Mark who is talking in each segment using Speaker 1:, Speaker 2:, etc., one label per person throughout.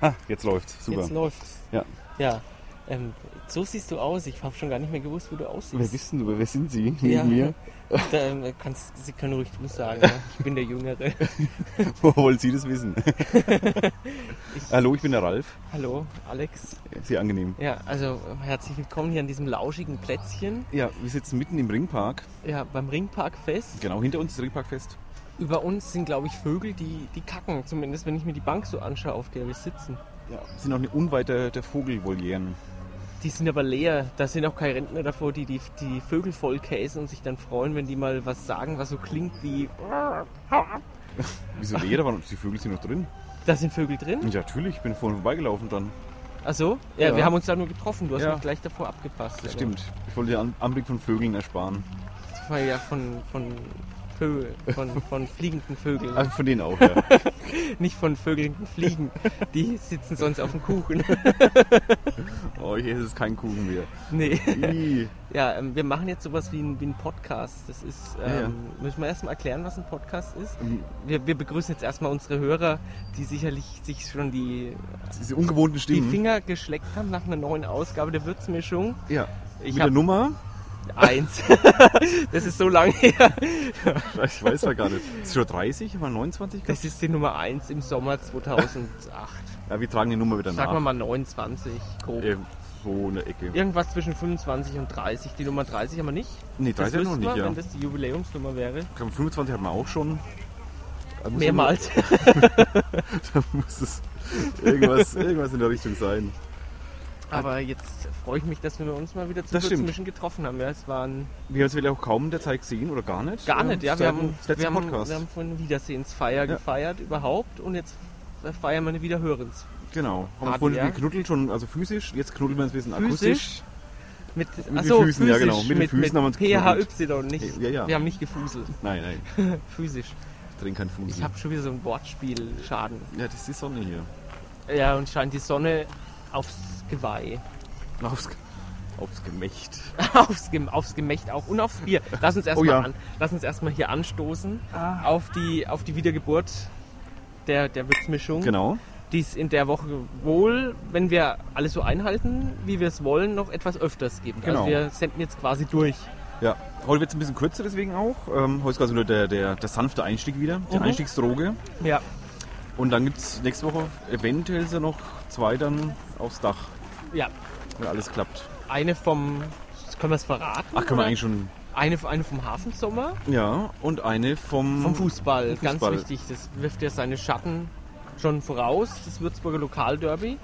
Speaker 1: Ah, jetzt läuft's. Super.
Speaker 2: Jetzt läuft's.
Speaker 1: Ja.
Speaker 2: Ja. Ähm, so siehst du aus. Ich habe schon gar nicht mehr gewusst, wie du
Speaker 1: Wer
Speaker 2: aussiehst.
Speaker 1: bist denn du? Wer sind Sie? Neben
Speaker 2: Ja.
Speaker 1: mir?
Speaker 2: Da, ähm, kannst, Sie können ruhig du sagen. Ja? Ich bin der Jüngere.
Speaker 1: Wo wollen Sie das wissen? Hallo, ich bin der Ralf.
Speaker 2: Hallo, Alex.
Speaker 1: Sehr angenehm.
Speaker 2: Ja, also äh, herzlich willkommen hier an diesem lauschigen Plätzchen.
Speaker 1: Ja, wir sitzen mitten im Ringpark.
Speaker 2: Ja, beim Ringparkfest.
Speaker 1: Genau, hinter uns ist das Ringparkfest.
Speaker 2: Über uns sind, glaube ich, Vögel, die, die kacken. Zumindest, wenn ich mir die Bank so anschaue, auf der wir sitzen.
Speaker 1: Ja, wir sind auch eine unweit der, der Vogelvolieren.
Speaker 2: Die sind aber leer. Da sind auch keine Rentner davor, die die, die Vögel vollkäsen und sich dann freuen, wenn die mal was sagen, was so klingt wie...
Speaker 1: Wieso leer? Da waren die Vögel sind noch drin.
Speaker 2: Da sind Vögel drin?
Speaker 1: Ja, natürlich, ich bin vorhin vorbeigelaufen dran.
Speaker 2: Ach so? Ja,
Speaker 1: Ja.
Speaker 2: wir haben uns da nur getroffen. Du hast
Speaker 1: Ja.
Speaker 2: mich gleich davor abgepasst.
Speaker 1: Das stimmt. Ich wollte den An- Anblick von Vögeln ersparen.
Speaker 2: Das war ja von... von Vögel, von, von fliegenden Vögeln.
Speaker 1: Also von denen auch, ja.
Speaker 2: Nicht von Vögeln, Fliegen. Die sitzen sonst auf dem Kuchen.
Speaker 1: Oh, hier ist es kein Kuchen mehr.
Speaker 2: nee.
Speaker 1: Ih.
Speaker 2: Ja, ähm, wir machen jetzt sowas wie ein, wie ein Podcast. Das ist, ähm,
Speaker 1: Ah, Ja, ja.
Speaker 2: müssen wir erstmal erklären, was ein Podcast ist.
Speaker 1: Ähm,
Speaker 2: Wir, wir begrüßen jetzt erstmal unsere Hörer, die sicherlich sich schon die,
Speaker 1: Diese ungewohnten
Speaker 2: die
Speaker 1: Stimmen.
Speaker 2: Finger geschleckt haben nach einer neuen Ausgabe der Würzmischung.
Speaker 1: ja.
Speaker 2: Ich
Speaker 1: Mit der
Speaker 2: habe
Speaker 1: Nummer?
Speaker 2: eins. das ist so lange her.
Speaker 1: Ich weiß ja gar nicht. Ist schon 30? Haben wir 29 gehabt?
Speaker 2: Das ist die Nummer eins im Sommer 2008.
Speaker 1: Ja, wir tragen die Nummer wieder
Speaker 2: Sagen wir
Speaker 1: nach.
Speaker 2: mal 29 grob.
Speaker 1: Äh, so eine Ecke.
Speaker 2: Irgendwas zwischen 25 und 30. Die Nummer 30 haben wir nicht.
Speaker 1: Nee, 30
Speaker 2: das
Speaker 1: noch
Speaker 2: wüssten
Speaker 1: nicht,
Speaker 2: wir,
Speaker 1: ja.
Speaker 2: Wenn das die Jubiläumsnummer wäre.
Speaker 1: Ich glaub, 25 hatten wir auch schon. Da muss
Speaker 2: Mehrmals.
Speaker 1: irgendwo- Da muss es irgendwas, irgendwas in der Richtung sein.
Speaker 2: Aber jetzt freue ich mich, dass wir uns mal wieder zu
Speaker 1: Das stimmt.
Speaker 2: Würzmischen getroffen haben. Ja, es waren
Speaker 1: Wir haben uns vielleicht auch kaum in der Zeit gesehen oder gar nicht.
Speaker 2: gar
Speaker 1: Ähm,
Speaker 2: nicht, ja. Wir
Speaker 1: seit dem
Speaker 2: haben,
Speaker 1: letzten
Speaker 2: wir haben,
Speaker 1: Podcast.
Speaker 2: wir haben von Wiedersehensfeier gefeiert überhaupt und jetzt feiern wir eine Wiederhörens.
Speaker 1: genau. Haben wir
Speaker 2: Party,
Speaker 1: vorhin
Speaker 2: ja.
Speaker 1: geknuddelt schon, also physisch. Jetzt knuddeln wir uns ein bisschen
Speaker 2: Physisch? Mit,
Speaker 1: den
Speaker 2: achso,
Speaker 1: Füßen, ja, genau. Mit
Speaker 2: Mit,
Speaker 1: den
Speaker 2: mit,
Speaker 1: Füßen haben wir uns
Speaker 2: PHY, nicht.
Speaker 1: Ja, ja.
Speaker 2: Wir haben nicht gefuselt.
Speaker 1: akustisch. Nein, nein.
Speaker 2: Physisch.
Speaker 1: Ich trinke keinen Fuß.
Speaker 2: Ich habe schon wieder so ein Wortspiel Schaden.
Speaker 1: ja, das ist die Sonne hier.
Speaker 2: Ja, und scheint die Sonne aufs Geweih.
Speaker 1: Aufs, aufs Gemächt.
Speaker 2: aufs, Gem aufs Gemächt auch und aufs Bier. Lass uns erstmal
Speaker 1: Oh ja. Ah.
Speaker 2: an, lass uns erstmal hier anstoßen auf die auf die Wiedergeburt der der Witzmischung,
Speaker 1: Genau.
Speaker 2: die es in der Woche wohl, wenn wir alles so einhalten, wie wir es wollen, noch etwas öfters gibt.
Speaker 1: Genau.
Speaker 2: Also wir senden jetzt quasi durch.
Speaker 1: Ja, heute wird es ein bisschen kürzer deswegen auch. Ähm, heute ist quasi nur der, der, der sanfte Einstieg wieder, die
Speaker 2: Mhm.
Speaker 1: Einstiegsdroge.
Speaker 2: Ja.
Speaker 1: Und dann gibt es nächste Woche eventuell so noch zwei dann aufs Dach,
Speaker 2: Ja.
Speaker 1: wenn alles klappt.
Speaker 2: Eine vom können wir es verraten?
Speaker 1: Ach, können wir
Speaker 2: oder?
Speaker 1: eigentlich schon.
Speaker 2: eine, eine vom Hafensommer,
Speaker 1: Ja, und eine vom,
Speaker 2: vom Fußball,
Speaker 1: Fußball.
Speaker 2: ganz wichtig. Das wirft ja seine Schatten schon voraus, das Würzburger Lokalderby.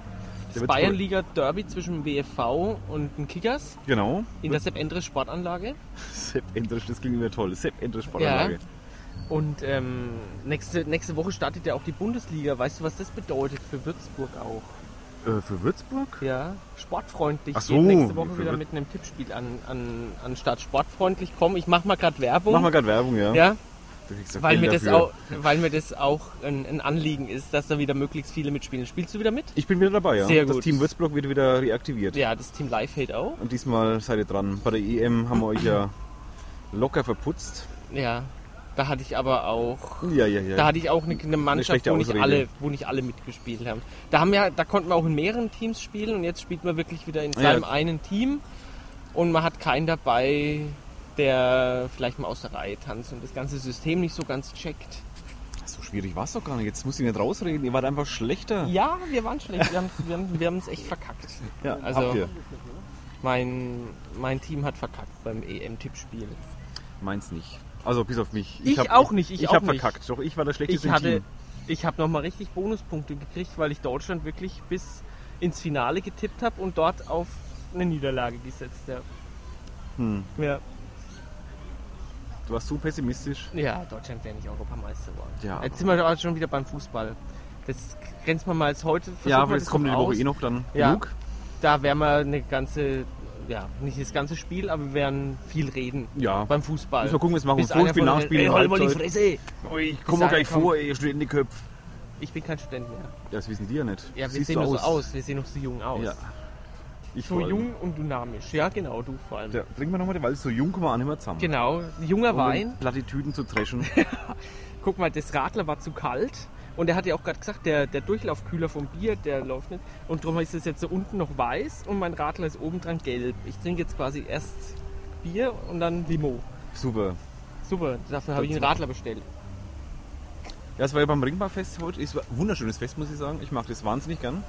Speaker 2: Das
Speaker 1: Würzburg-
Speaker 2: Bayernliga-Derby zwischen WFV und den Kickers
Speaker 1: Genau.
Speaker 2: in der Sepp Endres Sportanlage.
Speaker 1: Sepp Endrisch, das klingt immer toll. Sepp Endrisch Sportanlage.
Speaker 2: Und ähm, nächste, nächste Woche startet ja auch die Bundesliga. Weißt du, was das bedeutet für Würzburg auch?
Speaker 1: Äh, für Würzburg?
Speaker 2: Ja, sportfreundlich
Speaker 1: Ach so,
Speaker 2: geht nächste Woche
Speaker 1: für
Speaker 2: wieder
Speaker 1: Würz-
Speaker 2: mit einem Tippspiel an, an, an Start. Sportfreundlich, komm, ich mach mal gerade Werbung.
Speaker 1: Machen wir gerade Werbung, ja.
Speaker 2: ja,
Speaker 1: Du kriegst ja
Speaker 2: weil
Speaker 1: Geld
Speaker 2: mir, das
Speaker 1: dafür.
Speaker 2: auch, weil mir das auch ein, ein Anliegen ist, dass da wieder möglichst viele mitspielen. Spielst du wieder mit?
Speaker 1: Ich bin wieder dabei, ja.
Speaker 2: Sehr
Speaker 1: das
Speaker 2: gut.
Speaker 1: Team Würzburg wird wieder reaktiviert.
Speaker 2: Ja, das Team Live hält auch.
Speaker 1: Und diesmal seid ihr dran. Bei der EM haben wir euch ja locker verputzt.
Speaker 2: Ja, da hatte ich aber auch
Speaker 1: Ja, ja, ja.
Speaker 2: Da hatte ich auch eine, eine Mannschaft,
Speaker 1: schlechte
Speaker 2: wo, nicht
Speaker 1: Ausrede.
Speaker 2: alle, wo nicht alle mitgespielt haben. Da, haben wir, da konnten wir auch in mehreren Teams spielen und jetzt spielt man wirklich wieder in
Speaker 1: Ja.
Speaker 2: seinem einen Team und man hat keinen dabei, der vielleicht mal aus der Reihe tanzt und das ganze System nicht so ganz checkt.
Speaker 1: So schwierig war es doch gar nicht. Jetzt muss ich nicht rausreden. Ihr wart einfach schlechter.
Speaker 2: Ja, wir waren schlecht. Wir haben es wir haben, wir haben's echt verkackt.
Speaker 1: Ja,
Speaker 2: also-
Speaker 1: habt ihr.
Speaker 2: Mein, mein Team hat verkackt beim E EM-Tippspiel.
Speaker 1: Meins nicht. Also bis auf mich.
Speaker 2: Ich auch nicht, ich
Speaker 1: ich
Speaker 2: auch
Speaker 1: hab
Speaker 2: nicht.
Speaker 1: verkackt. Doch ich war der schlechteste
Speaker 2: Ich hatte,
Speaker 1: im Team.
Speaker 2: ich habe nochmal richtig Bonuspunkte gekriegt, weil ich Deutschland wirklich bis ins Finale getippt habe und dort auf eine Niederlage gesetzt habe.
Speaker 1: Hm.
Speaker 2: Ja.
Speaker 1: Du warst zu pessimistisch.
Speaker 2: ja, Deutschland wäre nicht Europameister geworden.
Speaker 1: Ja.
Speaker 2: Jetzt sind wir aber schon wieder beim Fußball. Das grenzt man mal als heute. versuchen
Speaker 1: ja,
Speaker 2: wir
Speaker 1: aber
Speaker 2: das
Speaker 1: jetzt kommt
Speaker 2: noch
Speaker 1: die Woche
Speaker 2: aus.
Speaker 1: eh noch dann
Speaker 2: Ja.
Speaker 1: genug.
Speaker 2: Da wären wir eine ganze, ja, nicht das ganze Spiel, aber wir werden viel reden.
Speaker 1: Ja.
Speaker 2: Beim Fußball.
Speaker 1: Müssen wir gucken, was machen wir.
Speaker 2: Bis einer
Speaker 1: Vorspiel,
Speaker 2: von-
Speaker 1: Nachspiel,
Speaker 2: Ey, halt mal die
Speaker 1: Halbzeit.
Speaker 2: Fresse!
Speaker 1: Ich komme
Speaker 2: Sag,
Speaker 1: gleich
Speaker 2: komm.
Speaker 1: vor, ey, ihr steht in die Köpfe.
Speaker 2: Ich bin kein Student mehr.
Speaker 1: Das wissen die ja nicht.
Speaker 2: Ja, wir
Speaker 1: Siehst
Speaker 2: sehen
Speaker 1: du
Speaker 2: nur so aus. Wir sehen noch so jung aus.
Speaker 1: Ja. Ich
Speaker 2: So jung und dynamisch. Ja, genau, du vor allem.
Speaker 1: Ja, trinken wir nochmal den Wald. So jung kommen wir auch nicht mehr zusammen.
Speaker 2: Genau, junger
Speaker 1: Um
Speaker 2: Wein.
Speaker 1: den Plattitüden zu dreschen.
Speaker 2: Guck mal, das Radler war zu kalt Und er hat ja auch gerade gesagt, der, der Durchlaufkühler vom Bier, der läuft nicht. Und darum ist es jetzt so unten noch weiß und mein Radler ist oben dran gelb. Ich trinke jetzt quasi erst Bier und dann Limo.
Speaker 1: Super.
Speaker 2: Super, dafür habe ich einen Radler bestellt.
Speaker 1: Ja, es war ja beim Ringbarfest heute. Es war ein wunderschönes Fest, muss ich sagen. Ich mag das wahnsinnig gern.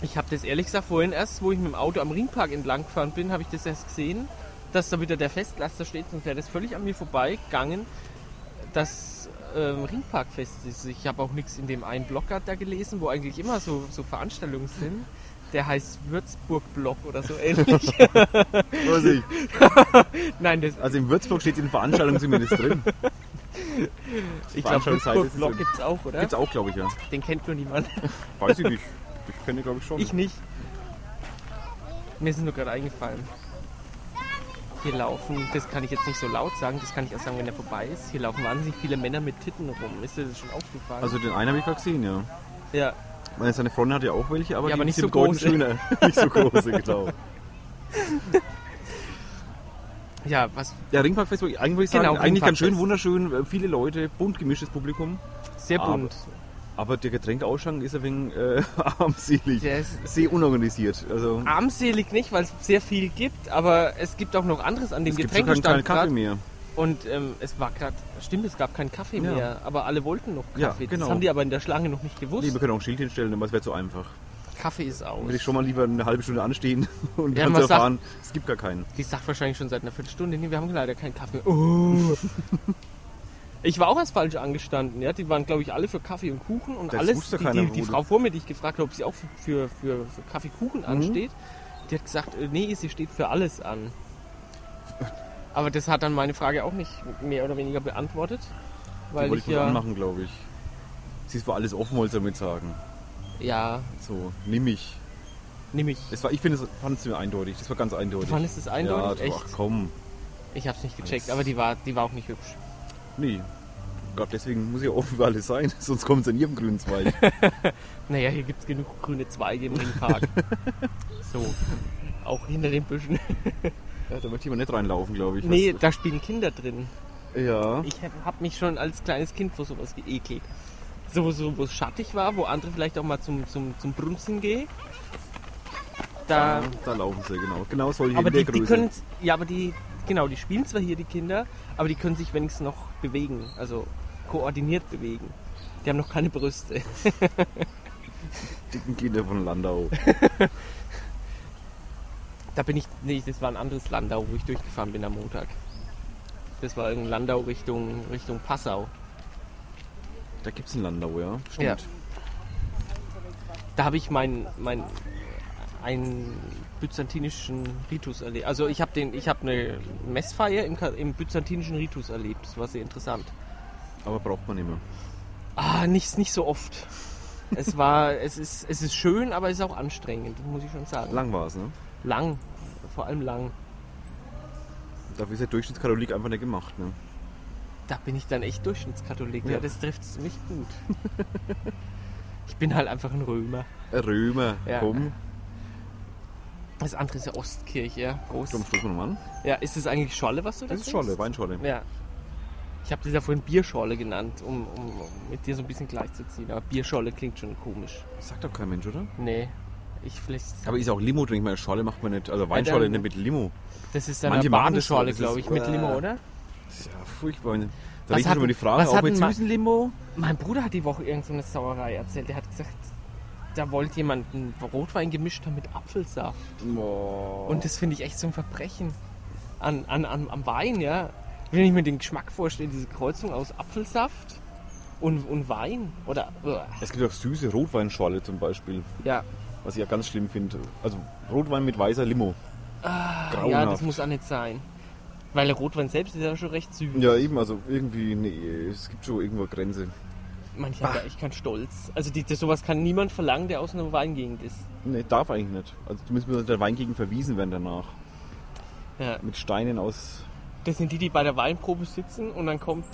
Speaker 2: Ich habe das ehrlich gesagt vorhin erst, wo ich mit dem Auto am Ringpark entlang gefahren bin, habe ich das erst gesehen, dass da wieder der Festlaster steht, sonst wäre das völlig an mir vorbeigegangen, dass ähm, Ringparkfest ist. Ich habe auch nichts in dem einen Blogger da gelesen, wo eigentlich immer so, so Veranstaltungen sind. Der heißt Würzburg-Blog oder so ähnlich.
Speaker 1: Vorsicht.
Speaker 2: Nein, das,
Speaker 1: Also in Würzburg steht in Veranstaltungen zumindest drin.
Speaker 2: ich glaube,
Speaker 1: Veranstaltungszeit ist es
Speaker 2: Würzburg-Blog
Speaker 1: im-
Speaker 2: gibt es auch, oder?
Speaker 1: Gibt's auch, glaube ich, ja.
Speaker 2: Den kennt nur niemand.
Speaker 1: Weiß ich nicht. Ich kenne, glaube ich, schon.
Speaker 2: Ich nicht. Mir sind nur gerade eingefallen. Hier laufen, das kann ich jetzt nicht so laut sagen, das kann ich erst sagen, wenn er vorbei ist. Hier laufen wahnsinnig viele Männer mit Titten rum. Ist dir das schon aufgefallen?
Speaker 1: Also den einen habe ich gerade gesehen, ja.
Speaker 2: ja.
Speaker 1: Meine seine Freundin hat ja auch welche, aber
Speaker 2: Ja,
Speaker 1: die
Speaker 2: aber nicht
Speaker 1: sind
Speaker 2: so
Speaker 1: bedeutend
Speaker 2: große.
Speaker 1: schöner. nicht so große, genau.
Speaker 2: ja, was
Speaker 1: Ja, Ringparkfest, eigentlich würde ich sagen,
Speaker 2: Genau,
Speaker 1: eigentlich ganz schön,
Speaker 2: Ringparkfest.
Speaker 1: wunderschön, äh, viele Leute, bunt gemischtes Publikum.
Speaker 2: sehr
Speaker 1: Aber-
Speaker 2: bunt.
Speaker 1: Aber der Getränkeausschank ist ein wenig äh, armselig.
Speaker 2: Der ist Ah,
Speaker 1: Sehr unorganisiert. Also,
Speaker 2: armselig nicht, weil es sehr viel gibt, aber es gibt auch noch anderes an dem
Speaker 1: es gibt schon keinen, keinen
Speaker 2: Getränkestand.
Speaker 1: Kaffee
Speaker 2: grad.
Speaker 1: mehr.
Speaker 2: Und ähm, es war gerade, stimmt, es gab keinen Kaffee
Speaker 1: Ja.
Speaker 2: mehr, aber alle wollten noch
Speaker 1: Ja,
Speaker 2: Kaffee.
Speaker 1: genau.
Speaker 2: Das haben die aber in der Schlange noch nicht gewusst.
Speaker 1: Nee, wir können auch ein Schild hinstellen, aber es wäre zu einfach.
Speaker 2: Kaffee ist aus.
Speaker 1: Würde ich schon mal lieber eine halbe Stunde anstehen und
Speaker 2: Ja,
Speaker 1: dann
Speaker 2: man
Speaker 1: zu
Speaker 2: sagt-
Speaker 1: erfahren, es gibt gar keinen.
Speaker 2: Die sagt wahrscheinlich schon seit einer Viertelstunde, nee, wir haben leider keinen Kaffee. Oh. ich war auch erst falsch angestanden, ja. Die waren, glaube ich, alle für Kaffee und Kuchen und
Speaker 1: Das
Speaker 2: alles.
Speaker 1: wusste
Speaker 2: Die,
Speaker 1: keiner,
Speaker 2: die, die
Speaker 1: wo du-
Speaker 2: Frau vor mir, die ich gefragt habe, ob sie auch für, für, für, für Kaffee Kuchen
Speaker 1: Mhm.
Speaker 2: ansteht, die hat gesagt, äh, nee, sie steht für alles an. Aber das hat dann meine Frage auch nicht mehr oder weniger beantwortet.
Speaker 1: die
Speaker 2: Weil
Speaker 1: wollte
Speaker 2: ich
Speaker 1: ich kurz
Speaker 2: ja,
Speaker 1: anmachen, glaube ich. Sie ist für alles offen, wollte ich damit sagen.
Speaker 2: ja,
Speaker 1: So, nimm mich.
Speaker 2: nehme ich.
Speaker 1: Es war, ich finde, es fand es mir eindeutig. Das war ganz eindeutig.
Speaker 2: Wann ist es eindeutig?
Speaker 1: Ja,
Speaker 2: Echt?
Speaker 1: doch, ach komm.
Speaker 2: Ich habe es nicht gecheckt,
Speaker 1: Das-
Speaker 2: aber die war, die war auch nicht hübsch.
Speaker 1: Nee. Gott, deswegen muss ich auch offen für alles sein, sonst kommt es an ihrem grünen Zweig.
Speaker 2: Naja, hier gibt es genug grüne Zweige im Ringpark. so. Auch hinter den Büschen.
Speaker 1: ja, da möchte ich mal nicht reinlaufen, glaube ich.
Speaker 2: Nee,
Speaker 1: Weißt
Speaker 2: da spielen Kinder drin.
Speaker 1: du? Ja.
Speaker 2: Ich habe mich schon als kleines Kind vor sowas geekelt. So, so wo es schattig war, wo andere vielleicht auch mal zum, zum, zum Brunzen gehen. Da,
Speaker 1: Da, da laufen sie, genau. Genau solche
Speaker 2: äh, aber die, die
Speaker 1: Hintergröße.
Speaker 2: können, ja, aber die, genau, die spielen zwar hier die Kinder, aber die können sich wenigstens noch bewegen, also koordiniert bewegen. Die haben noch keine Brüste.
Speaker 1: dicken Kinder von Landau.
Speaker 2: Da bin ich, nee, das war ein anderes Landau, wo ich durchgefahren bin am Montag. Das war irgendein Landau Richtung, Richtung Passau.
Speaker 1: Da gibt es einen Landau, ja. Stimmt.
Speaker 2: Ja. Da habe ich meinen, mein, einen byzantinischen Ritus erlebt. Also ich habe den, ich habe eine Messfeier im, Ka- im byzantinischen Ritus erlebt. Das war sehr interessant.
Speaker 1: Aber braucht man immer.
Speaker 2: Ah, nicht, nicht so oft. Es war, es ist, es ist schön, aber es ist auch anstrengend, muss ich schon sagen.
Speaker 1: Lang war es, ne?
Speaker 2: Lang. Vor allem lang.
Speaker 1: Dafür ist der Durchschnittskatholik einfach nicht gemacht, ne?
Speaker 2: Da bin ich dann echt Durchschnittskatholik. Ja,
Speaker 1: Ja.
Speaker 2: das trifft mich gut. ich bin halt einfach ein Römer.
Speaker 1: Ein Äh, Römer,
Speaker 2: Ja.
Speaker 1: komm.
Speaker 2: Das andere ist ja Ostkirche, ja. Groß.
Speaker 1: Komm, stoßen wir nochmal an.
Speaker 2: Ja, ist das eigentlich Scholle, was du da
Speaker 1: Das ist
Speaker 2: trinkst?
Speaker 1: Scholle, Weinschorle.
Speaker 2: Ja. Ich habe das ja vorhin Bierschorle genannt, um, um, um mit dir so ein bisschen gleichzuziehen. Aber Bierschorle klingt schon komisch.
Speaker 1: Sagt doch kein Mensch, oder?
Speaker 2: Nee. Ich vielleicht.
Speaker 1: Aber ist auch Limo drin. Ich meine, Schorle macht man nicht. Also Weinschorle
Speaker 2: dann-
Speaker 1: nicht mit Limo.
Speaker 2: Das ist dann eine
Speaker 1: manche machen das so,
Speaker 2: Badenschorle,
Speaker 1: das ist-
Speaker 2: glaube ich, mit Limo,
Speaker 1: Äh.
Speaker 2: oder?
Speaker 1: Das ist ja furchtbar. Da
Speaker 2: Was
Speaker 1: was ich
Speaker 2: hat
Speaker 1: schon mal
Speaker 2: denn-
Speaker 1: die Frage,
Speaker 2: was hat
Speaker 1: ob mit
Speaker 2: denn Ma-
Speaker 1: süßen Limo.
Speaker 2: Mein Bruder hat die Woche irgendeine Sauerei erzählt. Der hat gesagt, da wollte jemand einen Rotwein gemischt haben mit Apfelsaft.
Speaker 1: Boah.
Speaker 2: Und das finde ich echt so ein Verbrechen an, an, an, am Wein, ja. Wenn ich mir den Geschmack vorstelle, diese Kreuzung aus Apfelsaft und, und Wein. Oder. uah.
Speaker 1: es gibt auch süße Rotweinschorle zum Beispiel,
Speaker 2: Ja.
Speaker 1: was ich ja ganz schlimm finde. Also Rotwein mit weißer Limo.
Speaker 2: Ah, ja, das muss auch nicht sein. Weil der Rotwein selbst ist ja schon recht süß.
Speaker 1: Ja, eben, also irgendwie, nee, es gibt schon irgendwo eine Grenze.
Speaker 2: Manche
Speaker 1: Ah.
Speaker 2: haben da echt keinen Stolz. Also die, das, sowas kann niemand verlangen, der aus einer Weingegend ist.
Speaker 1: Nee, darf eigentlich nicht. Also zumindest muss der Weingegend verwiesen werden danach.
Speaker 2: Ja.
Speaker 1: Mit Steinen aus.
Speaker 2: Das sind die, die bei der Weinprobe sitzen und dann kommt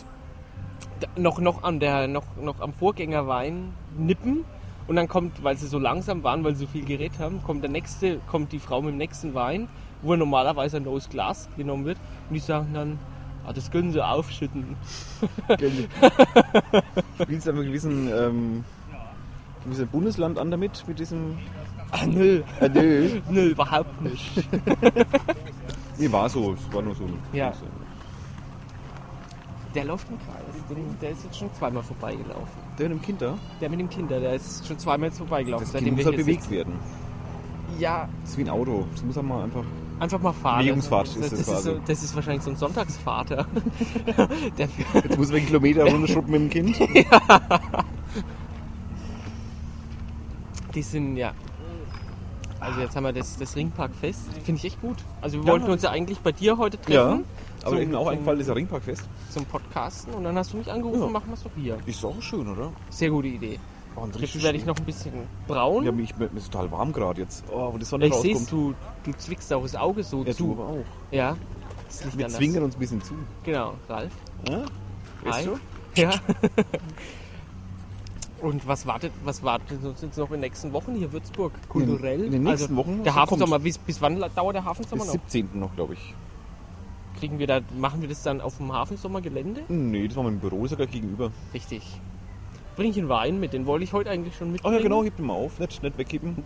Speaker 2: d- noch, noch, an der, noch, noch am Vorgängerwein nippen und dann kommt, weil sie so langsam waren, weil sie so viel geredet haben, kommt der nächste, kommt die Frau mit dem nächsten Wein, wo normalerweise ein neues Glas genommen wird und die sagen dann, ah, das können sie aufschütten.
Speaker 1: Spielst du einem gewissen ähm, Gibt es ein Bundesland an damit, mit diesem...
Speaker 2: Ah, nö.
Speaker 1: Äh, nö.
Speaker 2: Nö, überhaupt nicht.
Speaker 1: Nee, war so. Es war nur so. ein-
Speaker 2: Ja.
Speaker 1: so.
Speaker 2: Der läuft im Kreis. Den, der ist jetzt schon zweimal vorbeigelaufen.
Speaker 1: Der mit dem Kind da?
Speaker 2: Der mit dem Kinder, der ist schon zweimal jetzt vorbeigelaufen,
Speaker 1: Das Kind muss halt
Speaker 2: hier
Speaker 1: bewegt
Speaker 2: sitzen.
Speaker 1: werden.
Speaker 2: Ja,
Speaker 1: Das ist wie ein Auto. Das muss er mal einfach...
Speaker 2: einfach mal fahren. Also,
Speaker 1: Bewegungsfahrt ist das
Speaker 2: das, das, ist so,
Speaker 1: quasi.
Speaker 2: das ist wahrscheinlich so ein Sonntagsvater. der
Speaker 1: Jetzt muss er einen Kilometer runterschrubben mit dem Kind.
Speaker 2: Die sind ja. Also jetzt haben wir das, das Ringparkfest. Finde ich echt gut. Also wir wollten uns ja eigentlich bei dir heute
Speaker 1: Ja.
Speaker 2: treffen
Speaker 1: Aber
Speaker 2: Zum-
Speaker 1: eben auch
Speaker 2: zum-
Speaker 1: eingefallen ist der Ringparkfest.
Speaker 2: zum Podcasten und dann hast du mich angerufen,
Speaker 1: Ja.
Speaker 2: machen wir es doch hier.
Speaker 1: Ist doch schön, oder?
Speaker 2: Sehr gute Idee.
Speaker 1: Oh, und
Speaker 2: Jetzt werde ich noch ein bisschen braun.
Speaker 1: Ja, mir, ich, mir ist total warm gerade jetzt. Oh, wo die Sonne
Speaker 2: ich sehe
Speaker 1: rauskommt.
Speaker 2: du, du zwickst auch das Auge so
Speaker 1: Ja, du
Speaker 2: zu.
Speaker 1: aber auch.
Speaker 2: Ja. Das liegt
Speaker 1: Wir
Speaker 2: anders.
Speaker 1: zwingen uns ein bisschen zu.
Speaker 2: Genau, Ralf.
Speaker 1: Ja?
Speaker 2: Hi.
Speaker 1: Weißt du?
Speaker 2: Ja. Und was wartet, was wartet uns jetzt noch in den nächsten Wochen hier Würzburg? Kulturell? Also,
Speaker 1: in den nächsten Wochen, was
Speaker 2: Der
Speaker 1: da
Speaker 2: Hafensommer, bis, bis wann dauert der Hafensommer
Speaker 1: Bis
Speaker 2: noch?
Speaker 1: 17. noch, glaube ich.
Speaker 2: Kriegen wir da, machen wir das dann auf dem Hafensommergelände?
Speaker 1: Nee, das war mein Büro sogar gegenüber.
Speaker 2: Richtig. Bring ich einen Wein mit, den wollte ich heute eigentlich schon
Speaker 1: Oh
Speaker 2: mitbringen.
Speaker 1: ja, genau, heb den mal auf. Nicht, nicht wegkippen.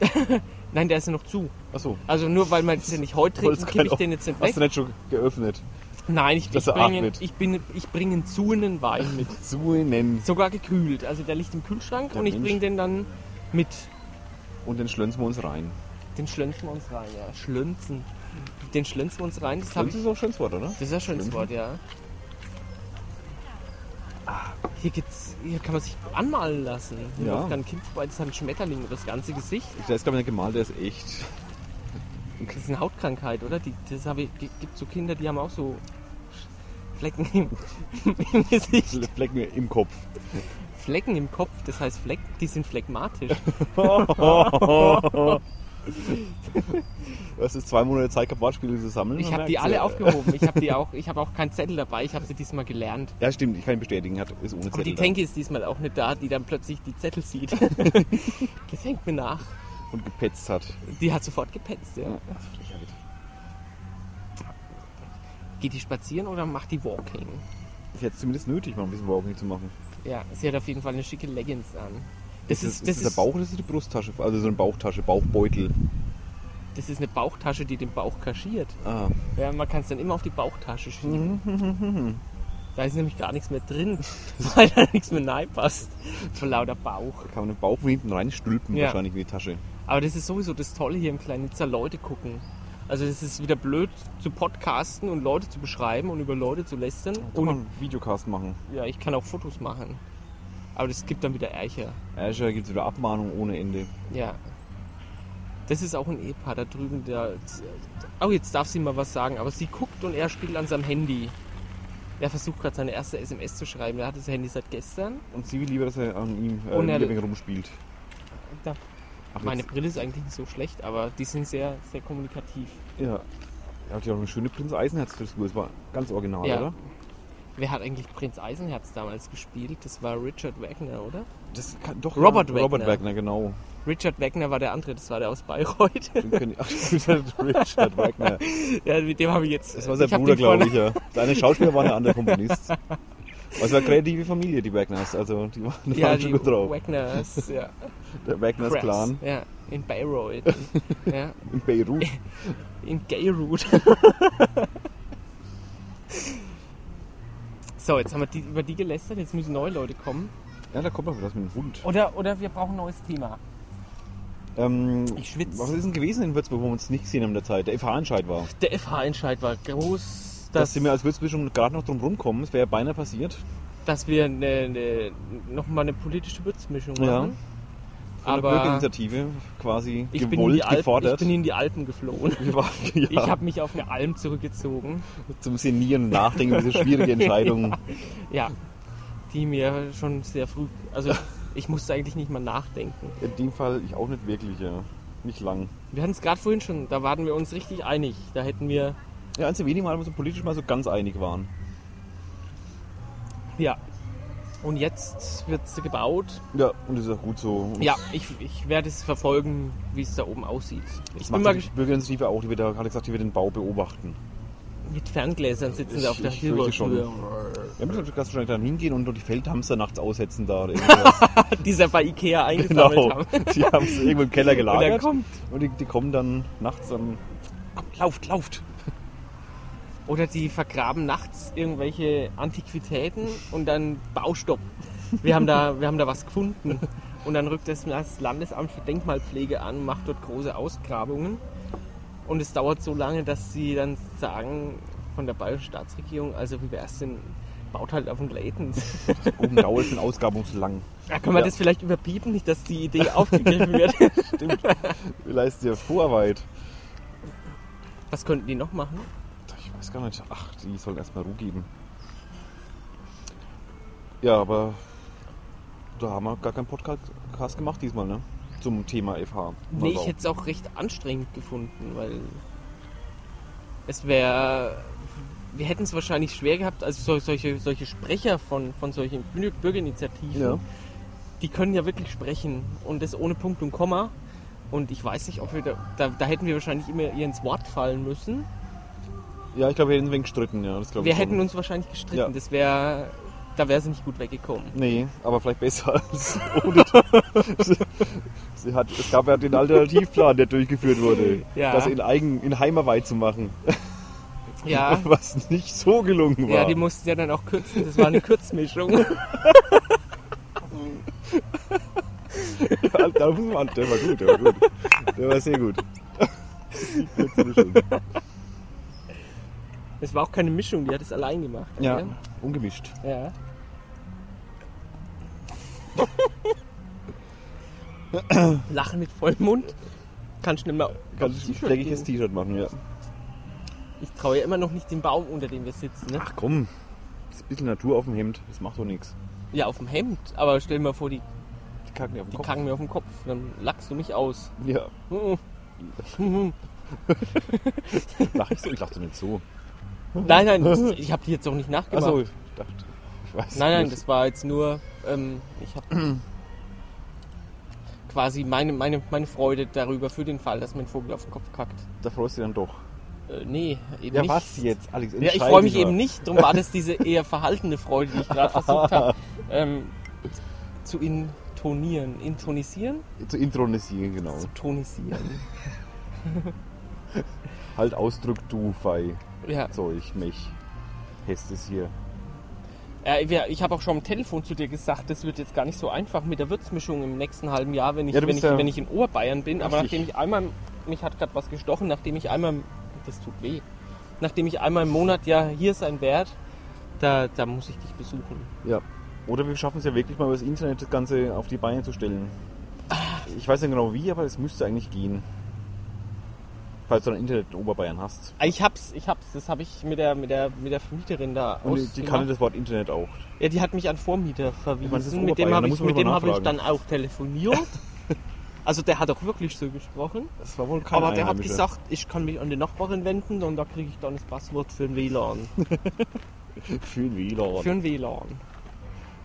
Speaker 2: Nein, der ist ja noch zu.
Speaker 1: Achso.
Speaker 2: Also nur weil man jetzt ja nicht heute trinken,
Speaker 1: Wolltest
Speaker 2: kippe ich
Speaker 1: keinen
Speaker 2: den jetzt nicht
Speaker 1: genau. Hast
Speaker 2: weg.
Speaker 1: du nicht schon geöffnet?
Speaker 2: Nein, ich, ich,
Speaker 1: dass er
Speaker 2: bringe,
Speaker 1: atmet?
Speaker 2: ich, bin, ich bringe einen zuenen Wein mit.
Speaker 1: Zu nennen.
Speaker 2: Sogar gekühlt. Also der liegt im Kühlschrank
Speaker 1: Der
Speaker 2: und ich
Speaker 1: Mensch.
Speaker 2: bringe den dann mit.
Speaker 1: Und dann schlönzen wir uns rein.
Speaker 2: Den schlönzen wir uns rein, ja. Schlönzen. Den schlönzen wir uns rein, das habe ich.
Speaker 1: Schlönzen ist auch ein schönes Wort, oder?
Speaker 2: Das ist ja schon das
Speaker 1: Schlönzen?
Speaker 2: Wort, ja. Ah, Hier, gibt's, hier kann man sich anmalen lassen. Hier
Speaker 1: Ja.
Speaker 2: läuft dann ein Kind vorbei, das hat einen Schmetterling über das ganze Gesicht.
Speaker 1: Der ist, glaube ich, nicht gemalt, der ist echt.
Speaker 2: Das ist eine Hautkrankheit, oder? Die, das habe ich, die- gibt so Kinder, die haben auch so Flecken im, im Gesicht.
Speaker 1: Flecken im Kopf.
Speaker 2: Flecken im Kopf, das heißt Fleck, die sind phlegmatisch.
Speaker 1: Du hast jetzt zwei Monate Zeit gehabt, Wortspiele zu sammeln.
Speaker 2: Ich
Speaker 1: man
Speaker 2: habe die
Speaker 1: merkt's
Speaker 2: alle
Speaker 1: ja.
Speaker 2: aufgehoben. Ich habe die auch, ich habe auch keinen Zettel dabei. Ich habe sie diesmal gelernt.
Speaker 1: Ja, stimmt, ich kann ihn bestätigen, hat, ist ohne
Speaker 2: Aber die
Speaker 1: Zettel da.
Speaker 2: Tänke ist diesmal auch nicht da, die dann plötzlich die Zettel sieht. das hängt mir nach.
Speaker 1: und gepetzt hat.
Speaker 2: Die hat sofort gepetzt, ja.
Speaker 1: Das ist Frechheit.
Speaker 2: Geht die spazieren oder macht die Walking?
Speaker 1: Ist jetzt zumindest nötig, mal ein bisschen Walking zu machen.
Speaker 2: Ja, sie hat auf jeden Fall eine schicke Leggings an. Das ist,
Speaker 1: das der Bauch oder ist das die Brusttasche? Also so eine Bauchtasche, Bauchbeutel.
Speaker 2: das ist eine Bauchtasche, die den Bauch kaschiert.
Speaker 1: Ah,
Speaker 2: Ja, man kann es dann immer auf die Bauchtasche schieben.
Speaker 1: Mhm.
Speaker 2: da ist nämlich gar nichts mehr drin, weil da nichts mehr reinpasst. Vor lauter Bauch.
Speaker 1: da kann man den Bauch von hinten reinstülpen
Speaker 2: Ja.
Speaker 1: wahrscheinlich in die Tasche.
Speaker 2: Aber das ist sowieso das Tolle hier im Kleinitzer, Leute gucken. Also es ist wieder blöd zu podcasten und Leute zu beschreiben und über Leute zu lästern.
Speaker 1: Kann man
Speaker 2: Und
Speaker 1: einen Videocast machen.
Speaker 2: ja, ich kann auch Fotos machen. Aber das gibt dann wieder Ärcher.
Speaker 1: Azure gibt es wieder Abmahnung ohne Ende.
Speaker 2: Ja. Das ist auch ein Ehepaar da drüben, der. Oh, jetzt darf sie mal was sagen, aber sie guckt und er spielt an seinem Handy. Er versucht gerade seine erste SMS zu schreiben. Er hat das Handy seit gestern.
Speaker 1: Und sie will lieber, dass er an ihm äh,
Speaker 2: Und er-
Speaker 1: wieder ein wenig rumspielt.
Speaker 2: Da.
Speaker 1: Ach,
Speaker 2: Meine
Speaker 1: jetzt-
Speaker 2: Brille ist eigentlich nicht so schlecht, aber die sind sehr, sehr kommunikativ.
Speaker 1: Ja. Er hat ja auch eine schöne Prinz Eisenherz-Frisur. Das war ganz original,
Speaker 2: Ja.
Speaker 1: oder?
Speaker 2: Wer hat eigentlich Prinz Eisenherz damals gespielt? Das war Richard Wagner, oder?
Speaker 1: Das kann doch
Speaker 2: Robert Wagner.
Speaker 1: Robert Wagner, genau.
Speaker 2: Richard Wagner war der andere, das war der aus Bayreuth.
Speaker 1: Den können- Ach, das ist der Richard Wagner.
Speaker 2: ja, mit dem habe ich jetzt.
Speaker 1: Das war sein
Speaker 2: ich hab
Speaker 1: Bruder,
Speaker 2: den vor-
Speaker 1: glaube ich, ja. Der eine Schauspieler war der andere Komponist. Aber es war eine kreative Familie, die Wagners. Also die waren, die
Speaker 2: Ja,
Speaker 1: waren
Speaker 2: die
Speaker 1: schon gut drauf.
Speaker 2: Wagners, ja.
Speaker 1: Der Wagners
Speaker 2: Craps,
Speaker 1: Clan
Speaker 2: Ja, in Bayreuth. ja,
Speaker 1: in Beirut.
Speaker 2: in Gayroot. so, jetzt haben wir die, über die gelästert, jetzt müssen neue Leute kommen.
Speaker 1: Ja, da kommt noch was mit dem Hund.
Speaker 2: Oder, oder wir brauchen ein neues Thema.
Speaker 1: Ähm,
Speaker 2: Ich schwitz.
Speaker 1: Was ist denn gewesen in Würzburg, wo wir uns nicht gesehen haben in der Zeit? Der FH-Entscheid war.
Speaker 2: Der FH-Entscheid war groß,
Speaker 1: Dass
Speaker 2: dass,
Speaker 1: sind wir als Würzburg gerade noch drum rumkommen. Es wäre ja beinahe passiert.
Speaker 2: dass wir eine, eine, nochmal eine politische Würzmischung
Speaker 1: Ja.
Speaker 2: machen.
Speaker 1: Von
Speaker 2: Aber-
Speaker 1: der Bürgerinitiative quasi
Speaker 2: Ich bin, in
Speaker 1: gewollt,
Speaker 2: die Alpen, ich
Speaker 1: gefordert.
Speaker 2: bin in die Alpen geflohen.
Speaker 1: Wir waren, ja,
Speaker 2: Ich habe mich auf eine Alm zurückgezogen,
Speaker 1: zum Senieren und Nachdenken über diese schwierige Entscheidung.
Speaker 2: ja, die mir schon sehr früh, also ich musste eigentlich nicht mal nachdenken.
Speaker 1: In dem Fall ich auch nicht wirklich, ja. Nicht lang.
Speaker 2: Wir hatten es gerade vorhin schon, da waren wir uns richtig einig. Da hätten wir,
Speaker 1: Ja, eins der wenigen Mal, wo wir so politisch mal so ganz einig waren.
Speaker 2: ja. Und jetzt wird sie gebaut.
Speaker 1: Ja, und das ist auch gut so. Und
Speaker 2: Ja, ich, ich werde es verfolgen, wie es da oben aussieht. Ich
Speaker 1: Das
Speaker 2: bin
Speaker 1: macht
Speaker 2: mal
Speaker 1: die
Speaker 2: gesch-
Speaker 1: Bürgerinitiative auch, die wird, da- hat gesagt, die wird den Bau beobachten.
Speaker 2: Mit Ferngläsern sitzen sie auf der
Speaker 1: ich fürchte schon.
Speaker 2: Silberschule.
Speaker 1: Wir müssen natürlich wahrscheinlich dann hingehen und nur die Feldhamster nachts aussetzen da oder irgendwas.
Speaker 2: Die sie bei Ikea eingesammelt
Speaker 1: genau.
Speaker 2: haben.
Speaker 1: Die haben es irgendwo im Keller
Speaker 2: Und dann
Speaker 1: gelagert. Und,
Speaker 2: kommt.
Speaker 1: die, die kommen dann nachts dann. Kommt, lauft, lauft!
Speaker 2: Oder die vergraben nachts irgendwelche Antiquitäten und dann Baustopp. Wir haben da, wir haben da was gefunden. Und dann rückt das Landesamt für Denkmalpflege an, macht dort große Ausgrabungen. Und es dauert so lange, dass sie dann sagen von der bayerischen Staatsregierung, also wie wär's denn, baut halt auf dem Gläten.
Speaker 1: Oben dauert sind ausgabungslang.
Speaker 2: Da können wir
Speaker 1: Ja.
Speaker 2: das vielleicht überpiepen, nicht, dass die Idee aufgegriffen wird.
Speaker 1: Stimmt. Wir leisten dir Vorarbeit.
Speaker 2: Was könnten die noch machen?
Speaker 1: Ich weiß gar nicht. Ach, die sollen erstmal Ruhe geben. Ja, aber da haben wir gar keinen Podcast gemacht diesmal, ne? Zum Thema FH.
Speaker 2: Nee,
Speaker 1: Also,
Speaker 2: ich hätte es auch recht anstrengend gefunden, weil es wäre. Wir hätten es wahrscheinlich schwer gehabt, also sol- solche, solche Sprecher von, von solchen Bü- Bürgerinitiativen,
Speaker 1: Ja.
Speaker 2: die können ja wirklich sprechen und das ohne Punkt und Komma. Und ich weiß nicht, ob wir da, da, da hätten wir wahrscheinlich immer ihr ins Wort fallen müssen.
Speaker 1: ja, ich glaube, wir hätten wegen gestritten, ja. Das glaub
Speaker 2: wir
Speaker 1: ich schon.
Speaker 2: hätten uns wahrscheinlich gestritten,
Speaker 1: Ja.
Speaker 2: das wäre, da wäre sie nicht gut weggekommen.
Speaker 1: Nee, aber vielleicht besser als ohne. sie, sie hat, es gab ja den Alternativplan, der durchgeführt wurde.
Speaker 2: Ja.
Speaker 1: Das in, Eigen, in Heimarbeit zu machen.
Speaker 2: Ja,
Speaker 1: Was nicht so gelungen war.
Speaker 2: ja, die mussten ja dann auch kürzen, das war eine Kürzmischung.
Speaker 1: Ja, da muss man, der war gut, der war gut. Der war sehr gut.
Speaker 2: Es war auch keine Mischung, die hat es allein gemacht.
Speaker 1: Ja,
Speaker 2: gell?
Speaker 1: ungemischt.
Speaker 2: Ja. Lachen mit vollem Mund. Kann schnell mal. aufs
Speaker 1: Ganz
Speaker 2: T-Shirt
Speaker 1: fleckiges
Speaker 2: gehen. Ne?
Speaker 1: T-Shirt machen, ja.
Speaker 2: Ich traue ja immer noch nicht dem Baum, unter dem wir sitzen. Ne?
Speaker 1: Ach komm, ist ein bisschen Natur auf dem Hemd, das macht doch nichts.
Speaker 2: Ja, auf dem Hemd. Aber stell dir mal vor, die,
Speaker 1: Die kacken dir auf
Speaker 2: die
Speaker 1: den Kopf.
Speaker 2: kacken mir auf den Kopf. Dann lachst du mich aus.
Speaker 1: Ja,
Speaker 2: Mhm.
Speaker 1: lach ich so, ich lachte nicht so.
Speaker 2: Nein, nein, das- ich habe die jetzt auch nicht nachgemacht.
Speaker 1: Achso, ich dachte, ich weiß
Speaker 2: nein, nein,
Speaker 1: nicht.
Speaker 2: das war jetzt nur. Ähm, ich habe quasi meine, meine, meine Freude darüber für den Fall, dass mir ein Vogel auf den Kopf kackt.
Speaker 1: Da freust du dich dann doch.
Speaker 2: Äh, nee, eben
Speaker 1: Ja,
Speaker 2: nicht.
Speaker 1: was jetzt, Alex?
Speaker 2: Ja, ich
Speaker 1: entscheid
Speaker 2: freue mich
Speaker 1: dich mal.
Speaker 2: eben nicht. Darum war das diese eher verhaltene Freude, die ich gerade versucht habe, ähm, zu intonieren. Intonisieren?
Speaker 1: Zu intronisieren, genau.
Speaker 2: Zu tonisieren.
Speaker 1: Halt Ausdruck du, Fei,
Speaker 2: Ja.
Speaker 1: Zeug, mich. Hest ist hier.
Speaker 2: Äh, wir- ich habe auch schon am Telefon zu dir gesagt, das wird jetzt gar nicht so einfach mit der Würzmischung im nächsten halben Jahr, wenn ich,
Speaker 1: Ja, du
Speaker 2: wenn ich,
Speaker 1: bist ja-
Speaker 2: wenn ich in Oberbayern bin. Aber
Speaker 1: Richtig.
Speaker 2: nachdem ich einmal, mich hat gerade was gestochen, nachdem ich einmal, das tut weh, nachdem ich einmal im Monat ja hier sein werde, da, da muss ich dich besuchen.
Speaker 1: Ja. Oder wir schaffen es ja wirklich mal über das Internet das Ganze auf die Beine zu stellen. Ich weiß nicht genau wie, aber es müsste eigentlich gehen. Falls du ein Internet in Oberbayern hast.
Speaker 2: Ah, Ich hab's, ich hab's, das habe ich mit der, mit, der, mit der Vermieterin da
Speaker 1: Und die
Speaker 2: ausgemacht.
Speaker 1: kannte das Wort Internet auch.
Speaker 2: Ja, die hat mich an Vormieter verwiesen.
Speaker 1: das ist
Speaker 2: mit dem
Speaker 1: Oberbayern,
Speaker 2: habe
Speaker 1: da
Speaker 2: ich,
Speaker 1: muss man
Speaker 2: mit
Speaker 1: mal
Speaker 2: dem hab ich
Speaker 1: nachfragen.
Speaker 2: dann auch telefoniert. also der hat auch wirklich so gesprochen.
Speaker 1: Das war wohl kein
Speaker 2: Aber der hat
Speaker 1: Einheimischer.
Speaker 2: gesagt, ich kann mich an die Nachbarin wenden und da kriege ich dann das Passwort für ein WLAN.
Speaker 1: Für ein WLAN.
Speaker 2: Für ein WLAN.